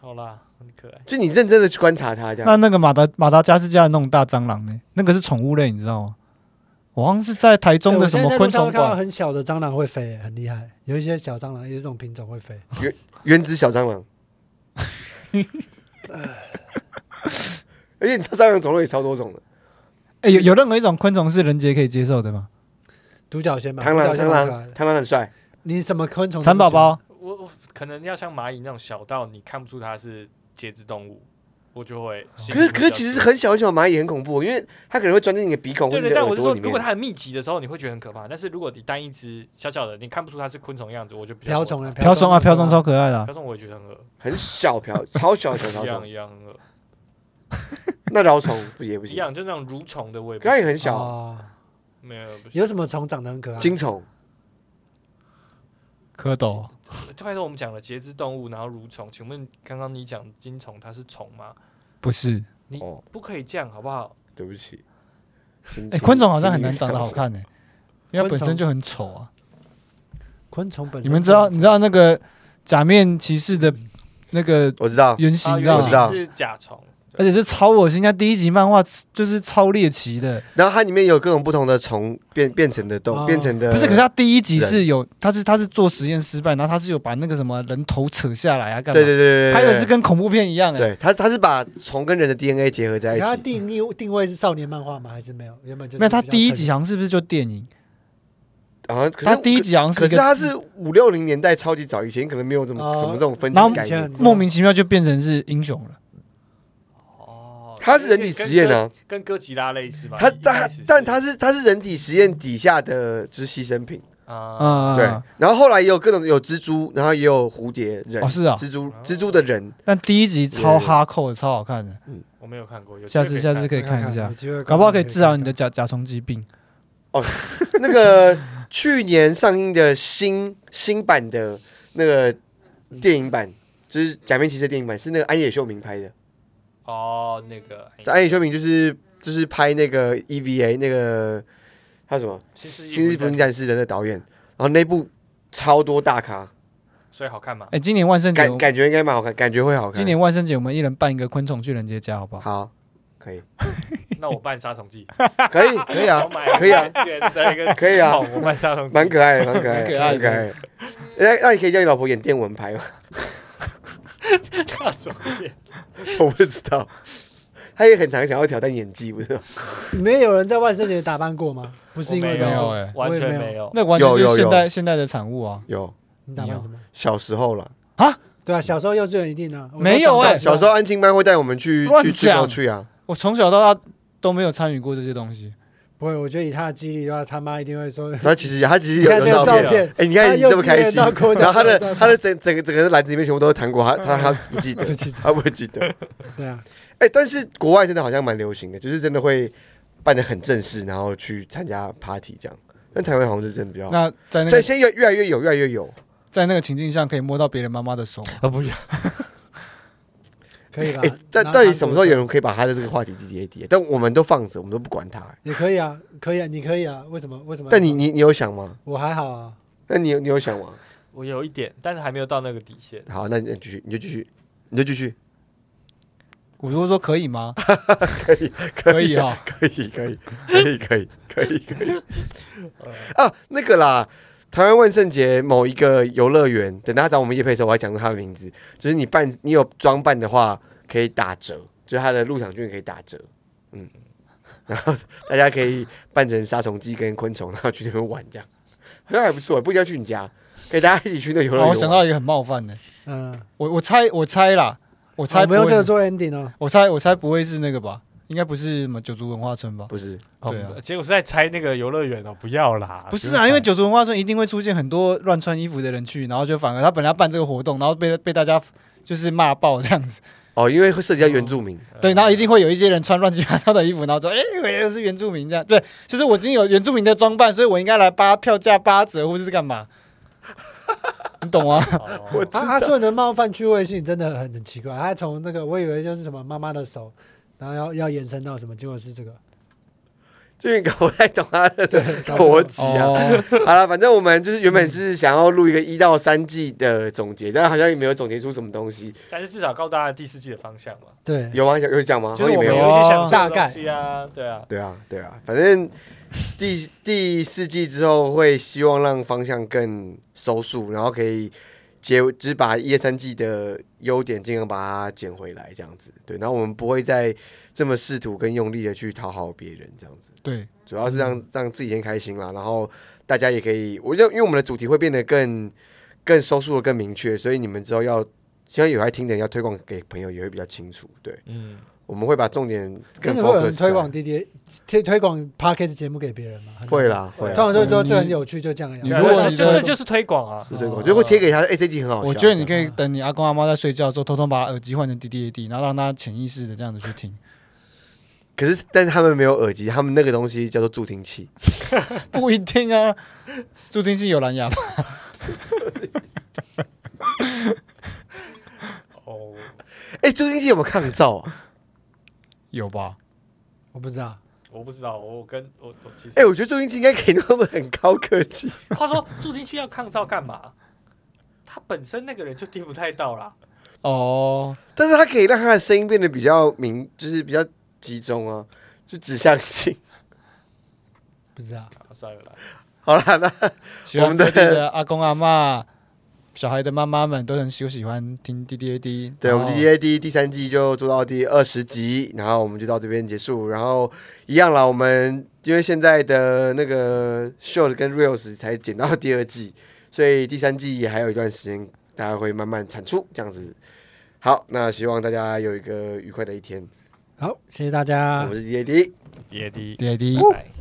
Speaker 4: 好啦，很可爱。
Speaker 2: 就你认真的去观察它这
Speaker 3: 那
Speaker 2: 样。
Speaker 3: 那个马达马达加斯加的那种大蟑螂呢？那个是宠物类，你知道吗？我好像是在台中
Speaker 1: 对
Speaker 3: 的
Speaker 1: 我
Speaker 3: 什
Speaker 1: 现
Speaker 3: 么
Speaker 1: 在在路
Speaker 3: 昆
Speaker 1: 上会
Speaker 3: 虫
Speaker 1: 看到
Speaker 3: 馆，
Speaker 1: 很小的蟑螂会飞，很厉害。有一些小蟑螂，有一种品种会飞。
Speaker 2: 原子小蟑
Speaker 3: [LAUGHS]
Speaker 2: 螂，而且你知道蟑螂种类也超多种的，
Speaker 3: 哎、有有任何一种昆虫是人杰可以接受的吗？
Speaker 1: 独角仙吧，
Speaker 2: 螳
Speaker 1: 独
Speaker 2: 螂
Speaker 1: 角
Speaker 2: 螳
Speaker 1: 仙蛮可爱
Speaker 2: 螂
Speaker 1: 的。
Speaker 2: 螳螂很帅，
Speaker 1: 你什么昆虫？
Speaker 3: 蚕宝。宝，
Speaker 4: 我我可能要像蚂蚁那种小到你看不出它是节肢动物，我就
Speaker 1: 哦
Speaker 4: 会心
Speaker 2: 可
Speaker 4: 里
Speaker 2: 是
Speaker 4: 比较
Speaker 2: 可是其实很小很小的蚂蚁很恐怖，因为它可能会钻进你的鼻孔或
Speaker 4: 对对，
Speaker 2: 者你的
Speaker 4: 但
Speaker 2: 耳
Speaker 4: 我是
Speaker 2: 朵
Speaker 4: 说，
Speaker 2: 里
Speaker 4: 如果它
Speaker 2: 面。
Speaker 4: 很密集的时候，你会觉得很可怕。但是如果你单一只小小的，你看不出它是昆虫样子，我就比较
Speaker 1: 瓢虫呢？
Speaker 4: 呢？
Speaker 3: 瓢虫啊，瓢虫
Speaker 1: 超
Speaker 3: 超可爱的啊、
Speaker 4: 瓢虫我也觉得很恶，
Speaker 2: 很小瓢，超小的瓢
Speaker 4: [LAUGHS] 一
Speaker 2: 虫
Speaker 4: 样，一样很恶，
Speaker 2: 那饶虫不也不
Speaker 4: 一
Speaker 2: 行，
Speaker 4: 样就那种蠕虫的味。
Speaker 2: 可它也很小，
Speaker 1: 哦
Speaker 4: 没有，不是。
Speaker 1: 有什么虫长得很
Speaker 3: 啊
Speaker 1: 可爱？
Speaker 2: 金虫
Speaker 3: 蝌蚪，
Speaker 4: 拜托我们讲了节肢动物，然后蠕虫，请问刚刚你讲金虫它是虫吗？
Speaker 3: 不是？
Speaker 4: 你
Speaker 2: 哦，
Speaker 4: 不可以这样，好不好？
Speaker 2: 对不起。
Speaker 3: 哎、昆虫好像很难长得好
Speaker 2: 看。
Speaker 3: 看呢、因为它本身
Speaker 1: 昆虫
Speaker 3: 就很丑啊。
Speaker 1: 昆虫本身。
Speaker 3: 你们知道你知？道那个假面骑士的
Speaker 2: 嗯
Speaker 3: 那个
Speaker 2: 我知道，
Speaker 3: 原型，
Speaker 4: 啊，
Speaker 3: 你知道
Speaker 4: 原
Speaker 2: 我
Speaker 3: 吗
Speaker 2: 知？道
Speaker 4: 型是甲虫，
Speaker 3: 而且是超恶心，它第一集漫画就是超猎奇的。
Speaker 2: 然后它里面有各种不同的虫变变成的动
Speaker 1: 哦
Speaker 2: 变成的，
Speaker 3: 不是，可是他第一集是有，他是他是做实验失败，然后他是有把那个什么人头扯下来啊，干嘛？
Speaker 2: 对对对对对，
Speaker 3: 拍的是
Speaker 2: 对
Speaker 3: 跟恐怖片一样哎、
Speaker 2: 对，它它是把虫跟人的 DNA 结合在一
Speaker 1: 然后
Speaker 2: 起，
Speaker 1: 定义定位是少年漫画吗？还是没有？原本就是
Speaker 3: 没有，他
Speaker 1: 比较
Speaker 3: 第一
Speaker 1: 成
Speaker 3: 集好像是不是就电影？
Speaker 2: 然后可是
Speaker 3: 他第一集好像
Speaker 2: 可
Speaker 3: 是一
Speaker 2: 是
Speaker 3: 个
Speaker 2: 它是五六零年代超级早，以前可能没有这么
Speaker 1: 哦
Speaker 2: 什么这种分级
Speaker 3: 然后
Speaker 2: 概
Speaker 1: 以前
Speaker 2: 念
Speaker 1: 很。多
Speaker 3: 莫名其妙就变成是英雄了。
Speaker 4: 哦，
Speaker 2: 它是人体实验啊，
Speaker 4: 跟，跟哥吉拉类似吧？
Speaker 2: 它
Speaker 4: 一
Speaker 2: 它
Speaker 4: 开始是
Speaker 2: 但它是它是人体实验底下的就是牺牲品，
Speaker 4: 啊，
Speaker 3: 啊、
Speaker 2: 对。然后后来也有各种有蜘蛛，然后也有蝴蝶人
Speaker 3: 哦，是啊
Speaker 2: 蜘蛛蜘蛛的人，
Speaker 3: 但第一集超哈扣的，超好看的，
Speaker 4: 我没有看过，有机
Speaker 3: 下
Speaker 4: 会
Speaker 3: 次
Speaker 4: 以
Speaker 3: 下次可
Speaker 1: 可
Speaker 3: 以看一下
Speaker 1: 有，机会
Speaker 3: 搞不好可以
Speaker 1: 看
Speaker 3: 治疗你的甲甲虫疾病。
Speaker 2: 那个去年上映的新新版的那个电影版，就是《假面骑士》电影版，是那个安野秀明拍的。
Speaker 4: 哦，那个
Speaker 2: 安野秀明就是就是拍那个 EVA 那个他什么
Speaker 4: 其实
Speaker 2: 《新日
Speaker 4: 不
Speaker 2: 福音战士》的那个导演，然后那部超多大咖，
Speaker 4: 所以好看嘛
Speaker 3: 哎、？今年万圣节
Speaker 2: 感，感觉应该蛮好看，感觉会好看。
Speaker 3: 今年万圣节我们一人办一个昆虫去人杰家，好不好？
Speaker 2: 好，可以，
Speaker 4: 那我扮杀虫
Speaker 2: [LAUGHS]
Speaker 4: 剂，
Speaker 2: 可以，可以啊
Speaker 4: [LAUGHS] 我买，
Speaker 2: 可以啊，
Speaker 4: 圆的一个
Speaker 2: [LAUGHS] 可以啊
Speaker 4: 桶我扮杀虫剂， [LAUGHS]
Speaker 2: 蛮可爱的，蛮可爱的，蛮
Speaker 3: 蛮
Speaker 2: 可
Speaker 3: 可
Speaker 2: 爱
Speaker 3: 爱
Speaker 2: 的。那那你可以叫你老婆演电蚊拍吗？ [LAUGHS]
Speaker 4: 大虫剂。
Speaker 2: 我不知道，她也很常想要挑战演技，不是吗？
Speaker 1: 你们有人在万圣节打扮过吗？不是因为
Speaker 4: 我没
Speaker 1: 观
Speaker 4: 有
Speaker 1: 众
Speaker 3: 哎
Speaker 4: 完
Speaker 1: 我也
Speaker 4: 全
Speaker 1: 没有
Speaker 4: 没有。
Speaker 3: 那完全
Speaker 2: 有
Speaker 3: 就
Speaker 2: 有
Speaker 3: 是现
Speaker 2: 有
Speaker 3: 代现代的产物啊！
Speaker 2: 有
Speaker 1: 你打扮什么？
Speaker 2: 小时候了，
Speaker 1: 对啊，小时候幼稚园一定啊，我说
Speaker 3: 没有
Speaker 1: 长大
Speaker 3: 哎
Speaker 2: 小时候安亲班会带我们去
Speaker 3: 乱
Speaker 2: 去去
Speaker 3: 讲
Speaker 2: 郊区啊，
Speaker 3: 我从小到大都没有参与过这些东西。
Speaker 1: 不会，我觉得以他的记忆力的话，他妈一定会说
Speaker 2: 他其实他其实
Speaker 1: 你看
Speaker 2: 有
Speaker 1: 这个
Speaker 2: 有照
Speaker 1: 照
Speaker 2: 片
Speaker 1: 片，
Speaker 2: 哎，你看
Speaker 1: 他
Speaker 2: 你
Speaker 1: 幼
Speaker 2: 这么
Speaker 1: 稚
Speaker 2: 开
Speaker 1: 园
Speaker 2: 心， [LAUGHS]
Speaker 1: 到国小
Speaker 2: 然后他
Speaker 1: 都
Speaker 2: 的
Speaker 1: 有照片
Speaker 2: 他的整整个整个篮子里面全部都是糖果，他他他不记得
Speaker 1: 不，记得。
Speaker 2: 他不记得。
Speaker 1: 对啊，
Speaker 2: 哎，但是国外真的好像蛮流行的，就是真的会办的很正式，然后去参加 party 这样。但台湾好像是真的比较好，
Speaker 3: 那在那
Speaker 2: 在
Speaker 3: 个
Speaker 2: 现在越越来越有，越来越有。
Speaker 3: 在那个情境下可以摸到别人妈妈的手吗，
Speaker 4: 啊，不要！
Speaker 1: 可以吧
Speaker 2: 哎，？但
Speaker 1: 拿
Speaker 2: 到底什么时候
Speaker 1: 拿
Speaker 2: 有人可以把他的这个话题叠叠叠？但我们都放着，我们都不管他。哎
Speaker 1: 也可以啊，可以啊，你可以啊，为什么？为什么？
Speaker 2: 但你你你有想吗？
Speaker 1: 我还好啊，
Speaker 2: 那你有你有想吗？
Speaker 4: 我有一点，但是还没有到那个底线。
Speaker 2: 好，那你那你继续，你就继续，你就继
Speaker 3: [LAUGHS]
Speaker 2: 续，
Speaker 3: 我如果说可以吗？
Speaker 2: [LAUGHS] 可以，
Speaker 3: [LAUGHS] 可
Speaker 2: 以啊
Speaker 3: 以哈、
Speaker 2: 可以，可以，可以，可以，可以，可以。啊，那个啦，台湾万圣节某一个游乐园，等他找我们叶配的时候，我还讲过他的名字。就是你办，你有装扮的话，可以打折，就它的入场券可以打折，嗯，然后大家可以扮成杀虫剂跟昆虫，然后去那边玩这样，好像还不错，不一定要去你家，可以大家一起去那游乐园
Speaker 3: 哦，
Speaker 2: 玩。
Speaker 3: 我想到一个很冒犯的，
Speaker 1: 嗯，
Speaker 3: 我我猜我猜啦，我猜
Speaker 1: 我
Speaker 3: 不
Speaker 1: 们用哦这个
Speaker 3: 会，
Speaker 1: 做 ending 哦。
Speaker 3: 我猜我猜不会是那个吧？应该不是什么九族文化村吧？
Speaker 2: 不是，
Speaker 4: 哦
Speaker 3: 对啊
Speaker 4: 结果是在拆那个游乐园哦，不要啦，
Speaker 3: 不是
Speaker 4: 用
Speaker 3: 啊，
Speaker 4: 拆
Speaker 3: 因为九族文化村一定会出现很多乱穿衣服的人去，然后就反而他本来要办这个活动，然后被被大家就是骂爆这样子。
Speaker 2: 哦，因为会涉及到原住民，
Speaker 3: 对，然后一定会有一些人穿乱七八糟的衣服，然后说：“哎、我又是原住民这样。”对，就是我已经有原住民的装扮，所以我应该来八票价八折，或是
Speaker 2: [LAUGHS]
Speaker 3: 干嘛？你懂吗？
Speaker 4: 哦
Speaker 2: 我
Speaker 1: 他他说的冒犯趣味性真的很很奇怪。他从那个我以为就是什么妈妈的手，然后要要延伸到什么，结果是这
Speaker 2: [LAUGHS]
Speaker 1: 个。
Speaker 2: 这个搞不太懂他的
Speaker 1: 搞不懂
Speaker 2: 逻辑啊。
Speaker 3: 哦，
Speaker 2: [LAUGHS] 好了，反正我们就是原本是想要录一个一到三季的总结，但好像也没有总结出什么东西。
Speaker 4: 但是至少告诉大家第四季的方向嘛，
Speaker 1: 对，
Speaker 2: 有吗？有有讲吗？
Speaker 4: 就
Speaker 2: 好
Speaker 4: 是
Speaker 2: 像也
Speaker 4: 我
Speaker 2: 没
Speaker 4: 们
Speaker 2: 有啊
Speaker 4: 有
Speaker 3: 有。
Speaker 4: 一些想做
Speaker 1: 大
Speaker 4: 的
Speaker 1: 概
Speaker 4: 东西啊，对啊，
Speaker 2: 对啊，对啊，反正
Speaker 4: [LAUGHS]
Speaker 2: 第第四季之后会希望让方向更收束，然后可以结，就是把一二三季的优点尽量把它捡回来，这样子。对，然后我们不会再这么试图跟用力的去讨好别人，这样子。
Speaker 3: 对，
Speaker 2: 主要是让让自己先开心啦，然后大家也可以，我就因为我们的主题会变得更更收束的更明确，所以你们之后要。现在有在听的人要推广给朋友也会比较清楚，对，
Speaker 4: 嗯，
Speaker 2: 我们会把重点更
Speaker 1: 真的会有
Speaker 2: focus
Speaker 1: 人推广
Speaker 2: 在，
Speaker 1: 滴滴推推广 podcast 节目给别人吗？很
Speaker 2: 会，啦，会啦，
Speaker 1: 通常就会说
Speaker 3: 嗯
Speaker 1: 这很有趣，就这样呀。
Speaker 3: 你
Speaker 4: 对啊
Speaker 3: 如果
Speaker 4: 这
Speaker 3: 你
Speaker 4: 这
Speaker 3: 的
Speaker 4: 这就是推广
Speaker 3: [LAUGHS]
Speaker 4: 啊，
Speaker 2: 是这个，
Speaker 1: 哦
Speaker 2: 我觉得会贴给他。哎、这集很好笑。
Speaker 3: 我觉得你可以等你阿公阿妈在睡觉的时候，偷偷把耳机换成 D D A D，然后让他潜意识的这样子去听。 [LAUGHS]
Speaker 2: 可是，但是他们没有耳机，他们那个东西叫做助听器。
Speaker 3: 不一定啊，注定是有蓝牙
Speaker 2: [LAUGHS]
Speaker 3: 吧？
Speaker 4: 哦，
Speaker 2: 哎、助听器有没有抗噪啊？ [LAUGHS]
Speaker 3: 有吧？
Speaker 1: 我不知道，
Speaker 4: 我不知道，我跟我我其实
Speaker 2: 哎、，我觉得助听器应该给他们很高科技。
Speaker 4: [LAUGHS] 话说助听器要抗噪干嘛？他本身那个人就听不太到啦，
Speaker 3: 哦，
Speaker 2: 但是它可以让它的声音变得比较明，就是比较集中啊，就指向性。
Speaker 1: 不知道。
Speaker 4: 啊算了啦，
Speaker 2: 好啦，那
Speaker 3: 喜
Speaker 2: 我
Speaker 3: 欢
Speaker 2: 们的
Speaker 3: D D 的阿公阿妈、小孩的妈妈们都很喜喜欢听 D D A D。
Speaker 2: 对我们 D A D 第三季就做到第二十集，然后我们就到这边结束。然后一样啦，我们因为现在的那个 short 跟 reels 才剪到第二季，所以第三季也还有一段时间，大家会慢慢产出这样子。好，那希望大家有一个愉快的一天。
Speaker 1: 好，谢谢大家。
Speaker 2: 我是 D A D。
Speaker 4: 别的，
Speaker 3: D A D。
Speaker 4: 拜拜。